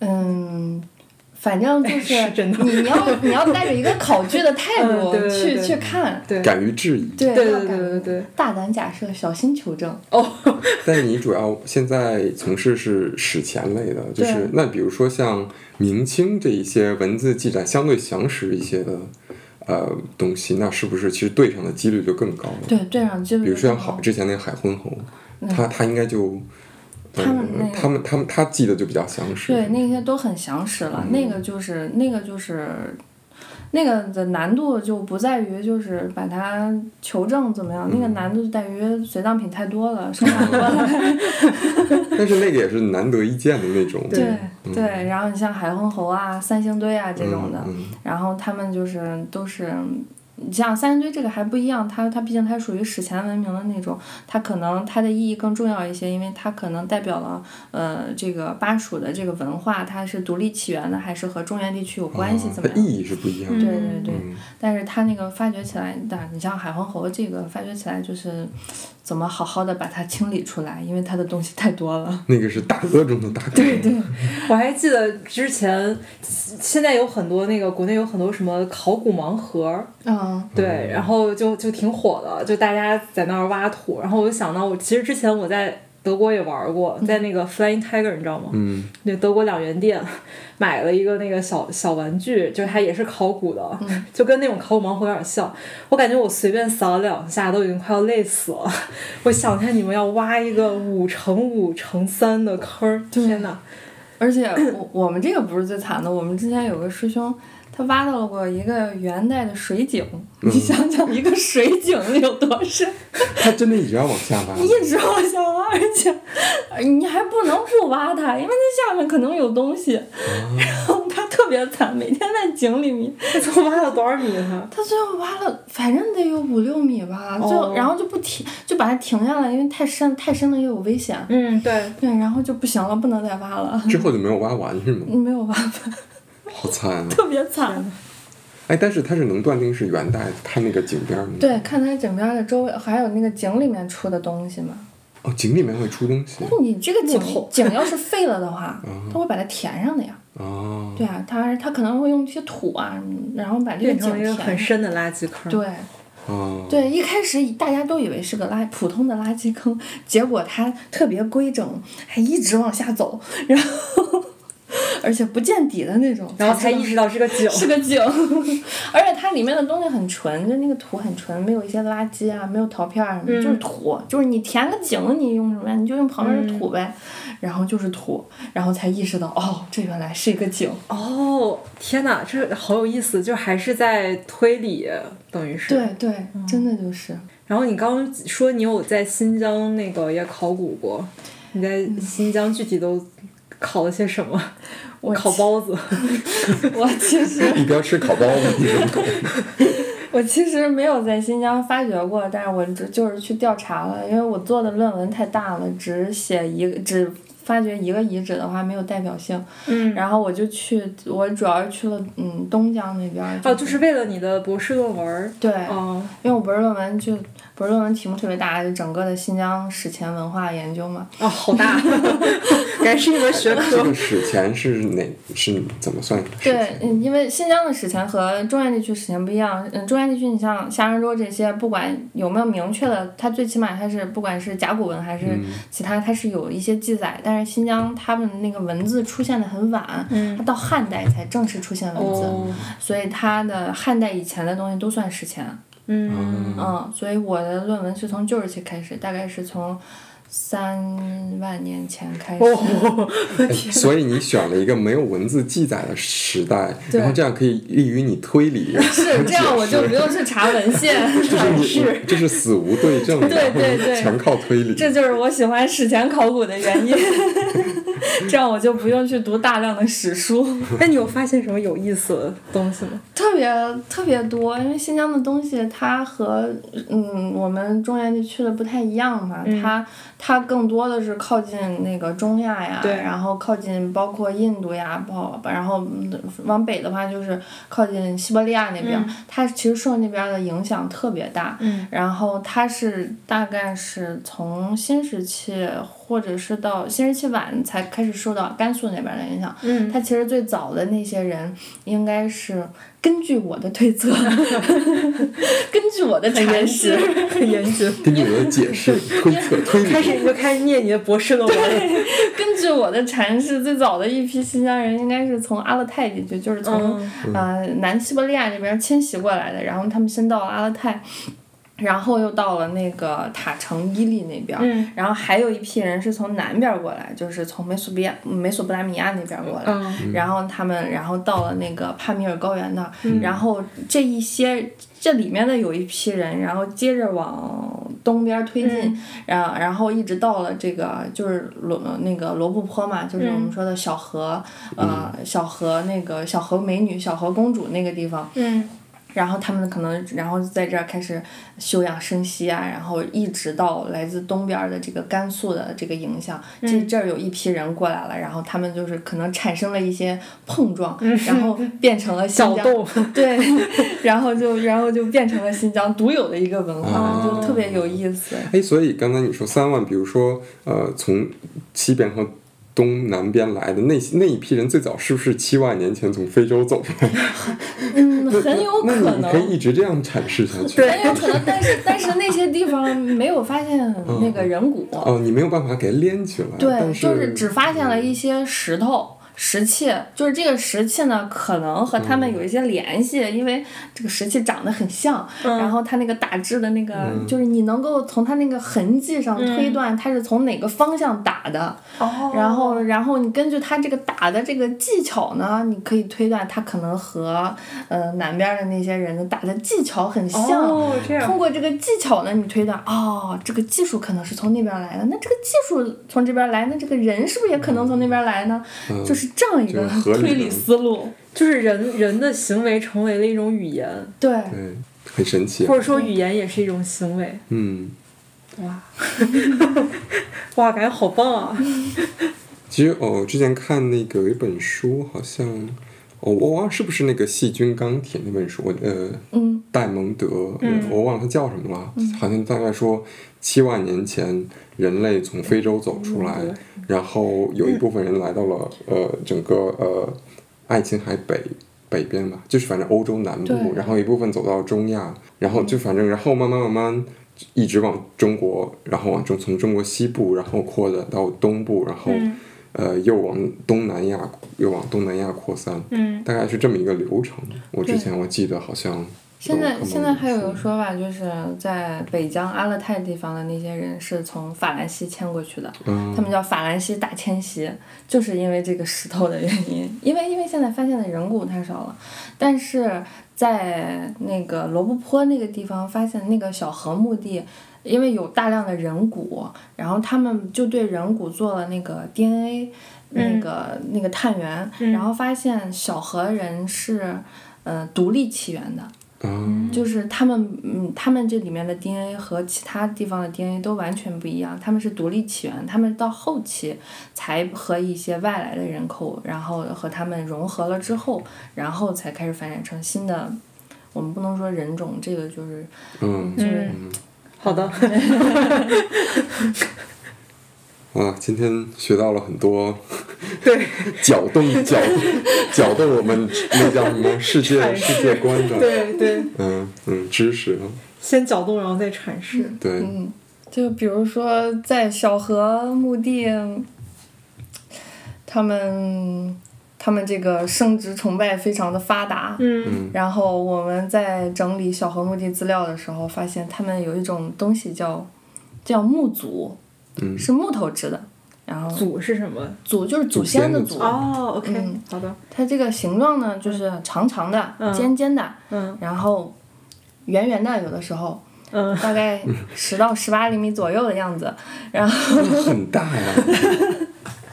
Speaker 3: 嗯，反正就是
Speaker 1: 哎是真的
Speaker 3: 你你 要你要带着一个考据的态
Speaker 1: 嗯
Speaker 3: 度
Speaker 1: 对对
Speaker 3: 去
Speaker 1: 对
Speaker 3: 去看，
Speaker 1: 对，
Speaker 2: 敢于质疑。
Speaker 3: 对
Speaker 1: 对
Speaker 3: 要
Speaker 1: 对
Speaker 3: 敢
Speaker 1: 对对对
Speaker 3: 大胆假设，小心求证。
Speaker 1: 哦，
Speaker 2: 但你主要现在从事是史前类的，就是
Speaker 3: 对
Speaker 2: 那比如说像明清这一些文字记载相对详实一些的呃东西，那是不是其实对上的几率就更高了？
Speaker 3: 对，对上记录。
Speaker 2: 比如说像好之前那个海昏侯，他他应该就。呃
Speaker 3: 他们那个
Speaker 2: 他们他们他记得就比较详实，
Speaker 3: 对，那些都很详实了。那个就是那个就是，那个的难度就不在于就是把它求证怎么样，那个难度在于随葬品太多了，收藏多了。
Speaker 2: 但是那个也是难得一见的那种，嗯
Speaker 1: 对
Speaker 3: 对对，然后你像海昏侯啊、三星堆啊这种的，
Speaker 2: 嗯
Speaker 3: 然后他们就是都是。你像三星堆这个还不一样，它它毕竟它属于史前文明的那种，它可能它的意义更重要一些，因为它可能代表了呃这个巴蜀的这个文化，它是独立起源的，还是和中原地区有关系，
Speaker 2: 啊
Speaker 3: 怎么
Speaker 2: 它
Speaker 3: 样？
Speaker 2: 意义是不一样的。
Speaker 3: 对对对，
Speaker 2: 嗯
Speaker 3: 但是它那个发掘起来，但你像海昏侯这个发掘起来，就是怎么好好的把它清理出来，因为它的东西太多了。
Speaker 2: 那个是大哥中的大哥。对对，
Speaker 1: 我还记得之前，现在有很多那个国内有很多什么考古盲盒，
Speaker 3: 嗯，
Speaker 1: 对，然后就就挺火的，就大家在那儿挖土，然后我就想到我其实之前我在德国也玩过，在那个 Flying Tiger 你知道吗？
Speaker 2: 嗯，
Speaker 1: 那德国两元店买了一个那个小小玩具，就是它也是考古的，就跟那种考古盲盒有点像。我感觉我随便扫两下都已经快要累死了。我想象你们要挖一个五乘五乘三的坑儿，天哪！
Speaker 3: 而且我我们这个不是最惨的，我们之前有个师兄，他挖到过一个元代的水井，你想想一个水井有多深，
Speaker 2: 他真的一直要往下挖。
Speaker 3: 一直往下挖，而且你还不能不挖它，因为它下面可能有东西。 然后他特别惨，每天在井里面
Speaker 1: 这都挖了多少米呢？
Speaker 3: 他最后挖了，反正得有五六米吧，
Speaker 1: 哦
Speaker 3: 最后然后就不停，就把它停下来，因为太深，太深了也有危险。
Speaker 1: 嗯，对，
Speaker 3: 对，然后就不行了，不能再挖了，
Speaker 2: 之后就没有挖完是吗？
Speaker 3: 没有挖完，
Speaker 2: 好惨啊！
Speaker 3: 特别惨。
Speaker 2: 哎，哎，但是它是能断定是元代它那个景边儿吗？
Speaker 3: 对，看它井边儿的周围，还有那个井里面出的东西嘛。
Speaker 2: 哦，井里面会出东西
Speaker 3: 你这个井嗯
Speaker 1: 木头
Speaker 3: 井要是废了的 话，它会把它填上的呀。
Speaker 2: 哦，
Speaker 3: 对啊，它它可能会用一些土啊，嗯然后把这个
Speaker 1: 变
Speaker 3: 井
Speaker 1: 成一个
Speaker 3: 填上
Speaker 1: 很。深的垃圾坑。
Speaker 3: 对
Speaker 2: 哦，
Speaker 3: 对，一开始大家都以为是个垃普通的垃圾坑，结果它特别规整，还一直往下走，然后 而且不见底的那种，
Speaker 1: 然后才
Speaker 3: 知道
Speaker 1: 意识到是个井。
Speaker 3: 是个井， 而且它里面的东西很纯，就那个土很纯，没有一些垃圾啊，没有陶片儿什么，就是土，就是你填个井，你用什么呀？你就用旁边的土呗，然后就是土，然后才意识到哦，这原来是一个井。
Speaker 1: 哦，天哪，这好有意思，就还是在推理，等于是。
Speaker 3: 对对，真的就是
Speaker 1: 然后你刚刚说你有在新疆那个也考古过，你在新疆具体都考了些什么？
Speaker 3: 我
Speaker 1: 烤包子，
Speaker 3: 我其实
Speaker 2: 一边吃烤包子，一边烤
Speaker 3: 我其实没有在新疆发掘过，但是我只就是去调查了，因为我做的论文太大了，只写一个只发掘一个遗址的话没有代表性。
Speaker 1: 嗯，
Speaker 3: 然后我就去，我主要是去了嗯东疆那边儿。
Speaker 1: 哦，就是为了你的博士论文儿。
Speaker 3: 对，
Speaker 1: 哦，
Speaker 3: 因为我博士论文就博士论文题目特别大，就整个的新疆史前文化研究嘛。
Speaker 1: 哦，好大， 感觉是一门学
Speaker 2: 这
Speaker 1: 科。
Speaker 2: 个史前是哪是怎么算史
Speaker 3: 对
Speaker 2: 前，？
Speaker 3: 嗯，因为新疆的史前和中原地区史前不一样。嗯，中原地区你像夏商周这些，不管有没有明确的，它最起码它是不管是甲骨文还是
Speaker 1: 嗯
Speaker 3: 其他，它是有一些记载。但是新疆他们那个文字出现的很晚，它到汉代才正式出现文字，
Speaker 1: 嗯哦，
Speaker 3: 所以它的汉代以前的东西都算史前。
Speaker 1: 嗯，
Speaker 3: 嗯，所以我的论文是从旧石器开始，大概是从三万年前开始。
Speaker 1: 哦，
Speaker 2: 哎所以你选了一个没有文字记载的时代，
Speaker 3: 对
Speaker 2: 然后这样可以利于你推理，
Speaker 3: 是这样，我就不用去查文献。
Speaker 2: 就是你这是死无对证，
Speaker 3: 对
Speaker 2: 然后
Speaker 3: 对对
Speaker 2: 全靠推理。
Speaker 3: 这就是我喜欢史前考古的 原因，这样我就不用去读大量的史书，
Speaker 1: 那你有发现什么有意思的东西吗？
Speaker 3: 特别特别多。因为新疆的东西，它和嗯我们中原地区的不太一样嘛，它它更多的是靠近那个中亚呀，
Speaker 1: 对
Speaker 3: 然后靠近包括印度呀，包然后嗯往北的话就是靠近西伯利亚那边，它其实受那边的影响特别大。
Speaker 1: 嗯
Speaker 3: 然后它是大概是从新石器或者是到新石器晚才开始受到甘肃那边的影响。
Speaker 1: 嗯，
Speaker 3: 它其实最早的那些人，应该是根据我的推测， 根据我的
Speaker 1: 很
Speaker 3: 阐
Speaker 1: 严谨
Speaker 3: 释，，
Speaker 1: 很严谨。
Speaker 2: 根据我的解释、推 测、推
Speaker 1: 开始
Speaker 2: 理，
Speaker 1: 你就开始念你的博士论文，
Speaker 3: 根据我的阐释，最早的一批新疆人应该是从阿勒泰地区，就是从、
Speaker 1: 嗯
Speaker 3: 呃南西伯利亚那边迁徙过来的，然后他们先到了阿勒泰。然后又到了那个塔城伊利那边，
Speaker 1: 嗯
Speaker 3: 然后还有一批人是从南边过来，就是从美索比亚、美索不达米亚那边过来，
Speaker 1: 嗯
Speaker 3: 然后他们然后到了那个帕米尔高原那儿，然后这一些这里面的有一批人，然后接着往东边推进，然、然后一直到了这个就是罗那个罗布泊嘛，就是我们说的小河，呃，小河那个小河美女、小河公主那个地方，
Speaker 1: 嗯，
Speaker 3: 然后他们可能，然后在这儿开始休养生息啊，然后一直到来自东边儿的这个甘肃的这个影响，这这儿有一批人过来了，然后他们就是可能产生了一些碰撞，然 后变成了新
Speaker 1: 小
Speaker 3: 疆，
Speaker 1: 洞，
Speaker 3: 对，然后就然后就变成了新疆独有的一个文化，
Speaker 2: 哦
Speaker 3: 就特别有意思。
Speaker 2: 哎，所以刚才你说三万，比如说呃，从西边和东南边来的那那一批人，最早是不是七万年前从非洲走出来？
Speaker 3: 嗯，很有
Speaker 2: 那
Speaker 3: 可
Speaker 2: 你可
Speaker 3: 能
Speaker 2: 以。一直这样阐释下去。
Speaker 3: 很有可能，但是但是那些地方没有发现
Speaker 2: 嗯
Speaker 3: 那个人骨，
Speaker 2: 哦，你没有办法给它连起来，
Speaker 3: 对，
Speaker 2: 但
Speaker 3: 就是
Speaker 2: 是
Speaker 3: 只发现了一些石头。石器就是这个石器呢，可能和他们有一些联系，因为这个石器长得很像，然后它那个打制的那个，就是你能够从它那个痕迹上推断它是从哪个方向打的，
Speaker 1: 哦
Speaker 3: 然后然后你根据它这个打的这个技巧呢，你可以推断它可能和呃南边的那些人的打的技巧很像，
Speaker 1: 哦，这样
Speaker 3: 通，过这个技巧呢，你推断哦，这个技术可能是从那边来的，那这个技术从这边来，那这个人是不是也可能从那边来呢？
Speaker 2: 呃
Speaker 3: 就是这样一个
Speaker 2: 嗯就是合理的
Speaker 3: 推理思路。
Speaker 1: 就是人人的行为成为了一种语言，
Speaker 3: 对，
Speaker 2: 对，很神奇啊
Speaker 1: 或。者说语言也是一种行为。
Speaker 2: 嗯，
Speaker 1: 哇，哇，感觉好 棒啊！
Speaker 2: 其实哦，之前看那个有一本书，好像我我忘了是不是那个《细菌钢铁》那本书，呃，
Speaker 3: 嗯
Speaker 2: 戴蒙德，我忘了他叫什么了，好像大概说七万年前人类从非洲走出来，然后有一部分人来到了、呃整个呃爱琴海北北边吧，就是反正欧洲南部，
Speaker 3: 对
Speaker 2: 然后一部分走到中亚，然后就反正然后慢慢慢慢一直往中国，然后往中从中国西部，然后扩展到东部，然后、
Speaker 1: 嗯
Speaker 2: 呃又往东南亚又往东南亚扩散，
Speaker 1: 嗯
Speaker 2: 大概是这么一个流程。我之
Speaker 3: 对
Speaker 2: 前我记得好像。
Speaker 3: 现
Speaker 2: 有看
Speaker 3: 在
Speaker 2: 过
Speaker 3: 现
Speaker 2: 那
Speaker 3: 在
Speaker 2: 个
Speaker 3: 还有一
Speaker 2: 书
Speaker 3: 个说法，就是在北疆阿勒泰地方的那些人是从法兰西迁过去的，
Speaker 2: 嗯
Speaker 3: 他们叫法兰西大迁徙，就是因为这个石头的原因。因为因为现在发现的人骨太少了，但是在那个罗布泊那个地方发现那个小河墓地，因为有大量的人骨，然后他们就对人骨做了那个 DNA，、
Speaker 1: 嗯
Speaker 3: 那个那个探源，
Speaker 1: 嗯
Speaker 3: 然后发现小河人是呃独立起源的。
Speaker 2: 啊，
Speaker 3: 就是他们，嗯，他们这里面的 DNA 和其他地方的 DNA 都完全不一样，他们是独立起源，他们到后期才和一些外来的人口，然后和他们融合了之后，然后才开始发展成新的。我们不能说人种，这个就是
Speaker 2: 嗯，
Speaker 3: 就是
Speaker 1: 嗯，好的，
Speaker 2: 哇，今天学到了很多
Speaker 1: 对
Speaker 2: 搅 动、搅搅动我们那叫什么世界
Speaker 1: 阐释
Speaker 2: 世界观的，
Speaker 1: 对对，
Speaker 2: 嗯嗯，知识，
Speaker 1: 先搅动，然后再阐释。
Speaker 2: 对，
Speaker 3: 嗯，就比如说在小河墓地，他们他们这个生殖崇拜非常的发达，
Speaker 1: 嗯
Speaker 2: 嗯
Speaker 3: 然后我们在整理小河墓地资料的时候，发现他们有一种东西叫叫木祖，
Speaker 2: 嗯
Speaker 3: 是木头制的。然后
Speaker 1: 组是什么？
Speaker 3: 祖就是祖
Speaker 2: 先
Speaker 3: 先
Speaker 2: 的
Speaker 3: 的
Speaker 2: 祖
Speaker 3: 祖，
Speaker 1: 哦，OK，
Speaker 3: 嗯
Speaker 1: 好的，
Speaker 3: 它这个形状呢就是长长的、
Speaker 1: 嗯
Speaker 3: 尖尖的，
Speaker 1: 嗯
Speaker 3: 然后圆圆的，有的时候
Speaker 1: 嗯，
Speaker 3: 大概十到十八厘米左右的样子。然后
Speaker 2: 很大 呀。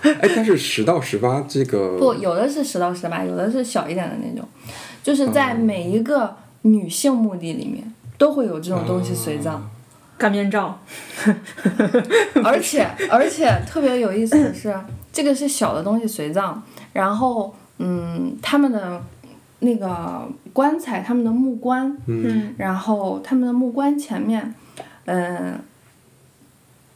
Speaker 2: 哎，但是十到十八这
Speaker 3: 不，
Speaker 2: 个，
Speaker 3: 有的是十到十八，有的是小一点的那种，就是在每一个女性墓地里面都会有这种东西随葬。
Speaker 1: 擀面杖，
Speaker 3: 而且而且特别有意思的是，这个是小的东西随葬，然后嗯，他们的那个棺材，他们的木棺，
Speaker 2: 嗯
Speaker 1: 嗯
Speaker 3: 然后他们的木棺前面，嗯、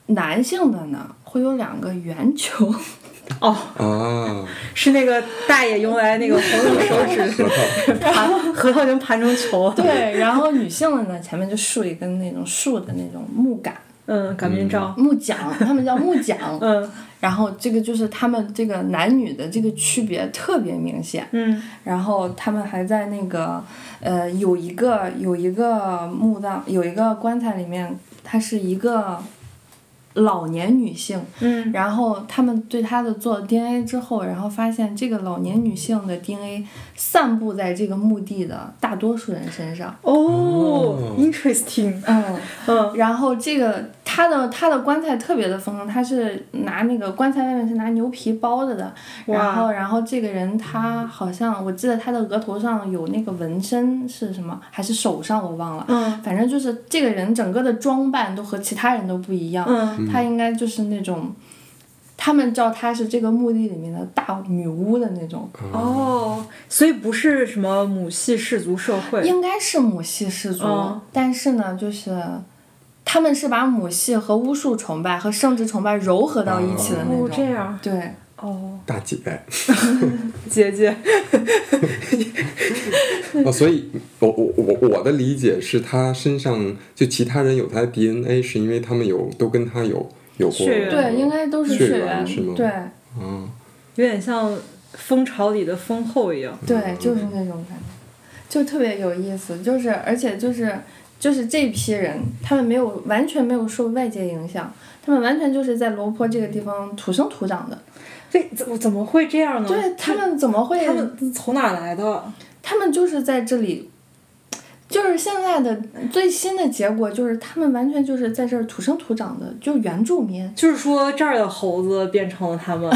Speaker 3: 男性的呢会有两个圆球，
Speaker 1: 哦，
Speaker 2: 啊，
Speaker 1: 是那个大爷用来那个缝你手指
Speaker 2: 核桃，
Speaker 1: 盘， 核桃已经盘成球了。
Speaker 3: 对，然后女性的呢前面就竖一根那种竖的那种木杆
Speaker 1: 嗯，擀面杖，
Speaker 3: 木桨，他们叫木桨，
Speaker 1: 嗯
Speaker 3: 然后这个就是他们这个男女的这个区别特别明显。
Speaker 1: 嗯
Speaker 3: 然后他们还在那个，呃，有一个有一个墓葬，有一个棺材里面，她是一个老年女性，
Speaker 1: 嗯
Speaker 3: 然后他们对她的做 DNA 之后，然后发现这个老年女性的 DNA 散布在这个墓地的大多数人身上。
Speaker 1: 哦，interesting，
Speaker 3: 嗯，
Speaker 1: 嗯
Speaker 3: 然后这个她的她的棺材特别的丰盛，她是拿那个棺材外面是拿牛皮包着的，
Speaker 1: 哇
Speaker 3: 然后然后这个人他好像我记得他的额头上有那个纹身是什么，还是手上我忘了，
Speaker 1: 嗯
Speaker 3: 反正就是这个人整个的装扮都和其他人都不一样，
Speaker 1: 嗯
Speaker 3: 他应该就是那种，他们叫他是这个墓地里面的大女巫的那种，
Speaker 1: 哦，所以不是什么母系氏族社会，
Speaker 3: 应该是母系氏族，
Speaker 1: 嗯
Speaker 3: 但是呢，就是他们是把母系和巫术崇拜和生殖崇拜糅合到一起的那种。
Speaker 1: 哦，这样，
Speaker 3: 对，
Speaker 1: 哦，
Speaker 2: 大姐
Speaker 1: 姐姐，
Speaker 2: 哦，所以我我我我的理解是，他身上就其他人有他的 DNA，是因为他们有都跟他有有过
Speaker 1: 血缘
Speaker 3: 对，应该都是
Speaker 2: 血
Speaker 3: 血
Speaker 2: 缘
Speaker 3: 缘。
Speaker 2: 是吗
Speaker 3: 对
Speaker 2: 嗯
Speaker 1: 有点像蜂巢里的蜂后一样。
Speaker 3: 对，就是那种感觉，就特别有意思。就是而且就是就是这批人，他们没有完全没有受外界影响，他们完全就是在罗坡这个地方土生土长的。
Speaker 1: 这怎怎么会这样呢？
Speaker 3: 对他们怎么会？
Speaker 1: 他们从哪儿来的？
Speaker 3: 他们就是在这里，就是现在的最新的结果，就是他们完全就是在这儿土生土长的，就原住民。
Speaker 1: 就是说这儿的猴子变成了 他们，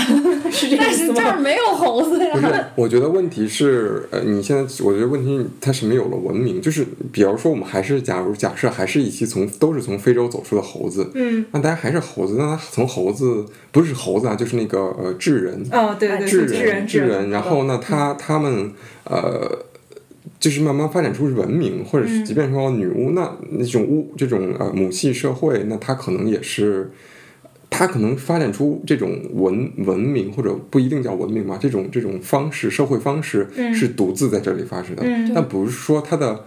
Speaker 1: 是这
Speaker 3: 但
Speaker 1: 意思
Speaker 3: 是这
Speaker 1: 吗？
Speaker 3: 儿没有猴子呀
Speaker 2: 不。是，我觉得问题是，呃，你现在，我觉得问题它是没有了文明，就是比方说，我们还是假如假设还是一期从都是从非洲走出的猴子，
Speaker 1: 嗯，
Speaker 2: 那大家还是猴子，那它从猴子不是猴子啊，就是那个呃智
Speaker 3: 嗯
Speaker 2: 人，
Speaker 1: 哦，对对，
Speaker 2: 智
Speaker 1: 是
Speaker 2: 人
Speaker 1: 智嗯
Speaker 2: 人，然后呢，他他们呃，就是慢慢发展出文明，或者
Speaker 1: 嗯
Speaker 2: 是即便说女巫那那种巫这种呃母系社会，那它可能也是。它可能发展出这种文文明，或者不一定叫文明吧，这种这种方式，社会方式是独自在这里发生的，
Speaker 1: 嗯
Speaker 2: 但不是说它的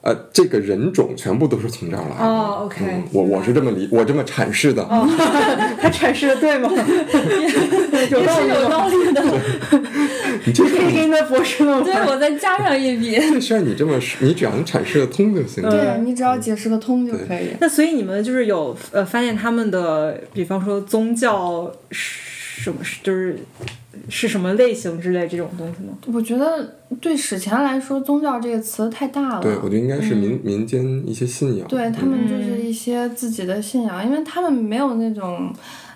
Speaker 2: 呃这个人种全部都是从这儿来的。
Speaker 1: 哦，OK，哦
Speaker 2: 嗯我我是这么理，我这么阐释的。
Speaker 1: 他阐释的 对吗？有道
Speaker 3: 是
Speaker 1: 理
Speaker 3: 有
Speaker 1: 吗？
Speaker 3: 道理的，
Speaker 1: 你可以给你的博士论
Speaker 3: 对
Speaker 1: 文。
Speaker 3: 我再加上一笔。
Speaker 2: 这事儿你这么说，你只要能阐释得通就行
Speaker 1: 嗯
Speaker 2: 了。
Speaker 3: 对你只要解释得通就可以。
Speaker 1: 那所以你们就是有呃发现他们的，比方说宗教是什么，就是是什么类型之类这种东西吗？
Speaker 3: 我觉得对史前来说，宗教这个词太大了。
Speaker 2: 对，我觉得应该是民、民间一些信仰。
Speaker 3: 啊嗯
Speaker 2: 嗯
Speaker 3: 对他们就是一些自己的信仰，因为他们没有那种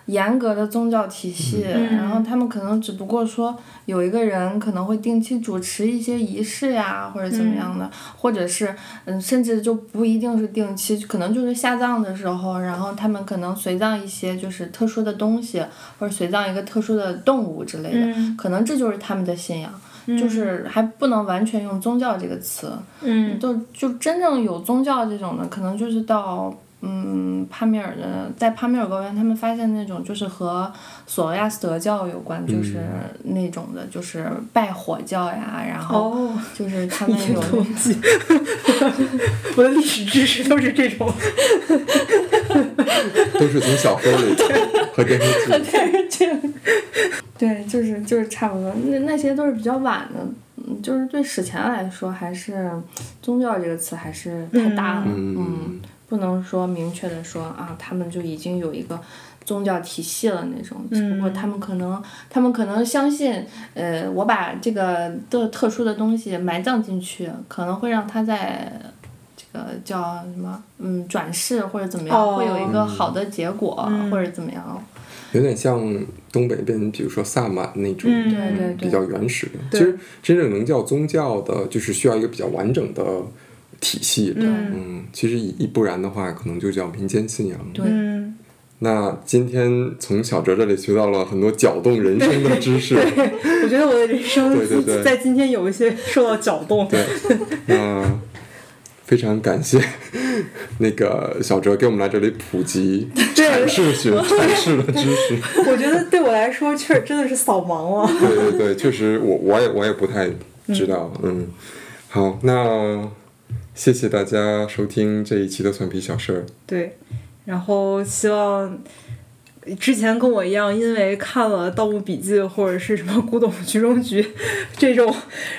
Speaker 3: 严格的宗教体系，然后他们可能只不过说有一个人可能会定期主持一些仪式呀，或者怎么样的，或者是嗯，甚至就不一定是定期，可能就是下葬的时候，然后他们可能随葬一些就是特殊的东西，或者随葬一个特殊的动物之类的，可能这就是他们的信仰。就是还不能完全用宗教这个词，
Speaker 1: 嗯
Speaker 3: 就就真正有宗教这种的，可能就是到嗯帕米尔的，在帕米尔高原，他们发现那种就是和索罗亚斯德教有关，就是那种的，就是拜火教呀，然后
Speaker 1: 哦，
Speaker 3: 就是他
Speaker 1: 一
Speaker 3: 们
Speaker 1: 听
Speaker 3: 有
Speaker 1: 统计，我的历史知识都是这种。
Speaker 2: 都是从小说 里和电视剧。
Speaker 3: 对，就是就是差不多，那那些都是比较晚的，嗯，就是对史前来说，还是宗教这个词还是太大了，
Speaker 2: 嗯
Speaker 3: 嗯，不能说明确的说啊，他们就已经有一个宗教体系了那种，只不过他们可能他们可能相信，呃，我把这个的特殊的东西埋葬进去，可能会让它在。这个叫什么？嗯，转世或者怎么样，
Speaker 1: 哦
Speaker 3: 会有一个好的结果，或者怎么样？
Speaker 2: 有点像东北边，比如说萨满那种，
Speaker 1: 嗯
Speaker 3: 对对对
Speaker 2: 比较原始的。其实真正能叫宗教的，就是需要一个比较完整的体系的。
Speaker 3: 嗯
Speaker 2: 嗯，其实一不然的话，可能就叫民间信仰。
Speaker 3: 对
Speaker 1: 嗯，
Speaker 2: 那今天从小哲这里学到了很多搅动人生的知识。
Speaker 1: 我觉得我的人生
Speaker 2: 对对对
Speaker 1: 在今天有一些受到搅动。
Speaker 2: 对，
Speaker 1: 嗯
Speaker 2: 那非常感谢那个小哲给我们来这里普及阐释学、 阐释的知识。
Speaker 1: 我觉得对我来说，确实真的是扫盲了。
Speaker 2: 对对对，确实我我也我也不太知道，嗯，好，那谢谢大家收听这一期的蒜皮小事儿，
Speaker 1: 对，然后希望之前跟我一样，因为看了《盗墓笔记》或者是什么《古董局中局》这种，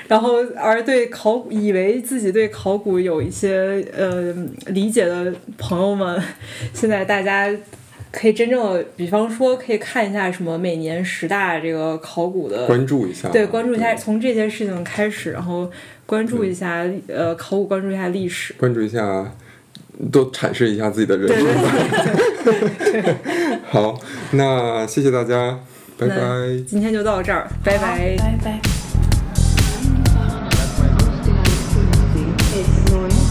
Speaker 1: 然后而对考古以为自己对考古有一些呃理解的朋友们，现在大家。可以真正的，比方说，可以看一下什么每年十大这个考古的
Speaker 2: 关注一下，啊
Speaker 1: 对，关注一下，
Speaker 2: 对，
Speaker 1: 从这些事情开始，然后关注一下呃考古，关注一下历史。
Speaker 2: 关注一下，多阐释一下自己的人
Speaker 1: 对
Speaker 2: 生吧。 好，那谢谢大家，拜
Speaker 1: 那
Speaker 2: 拜。
Speaker 1: 今天就到这儿，拜拜。
Speaker 3: 拜拜。
Speaker 4: It's noise.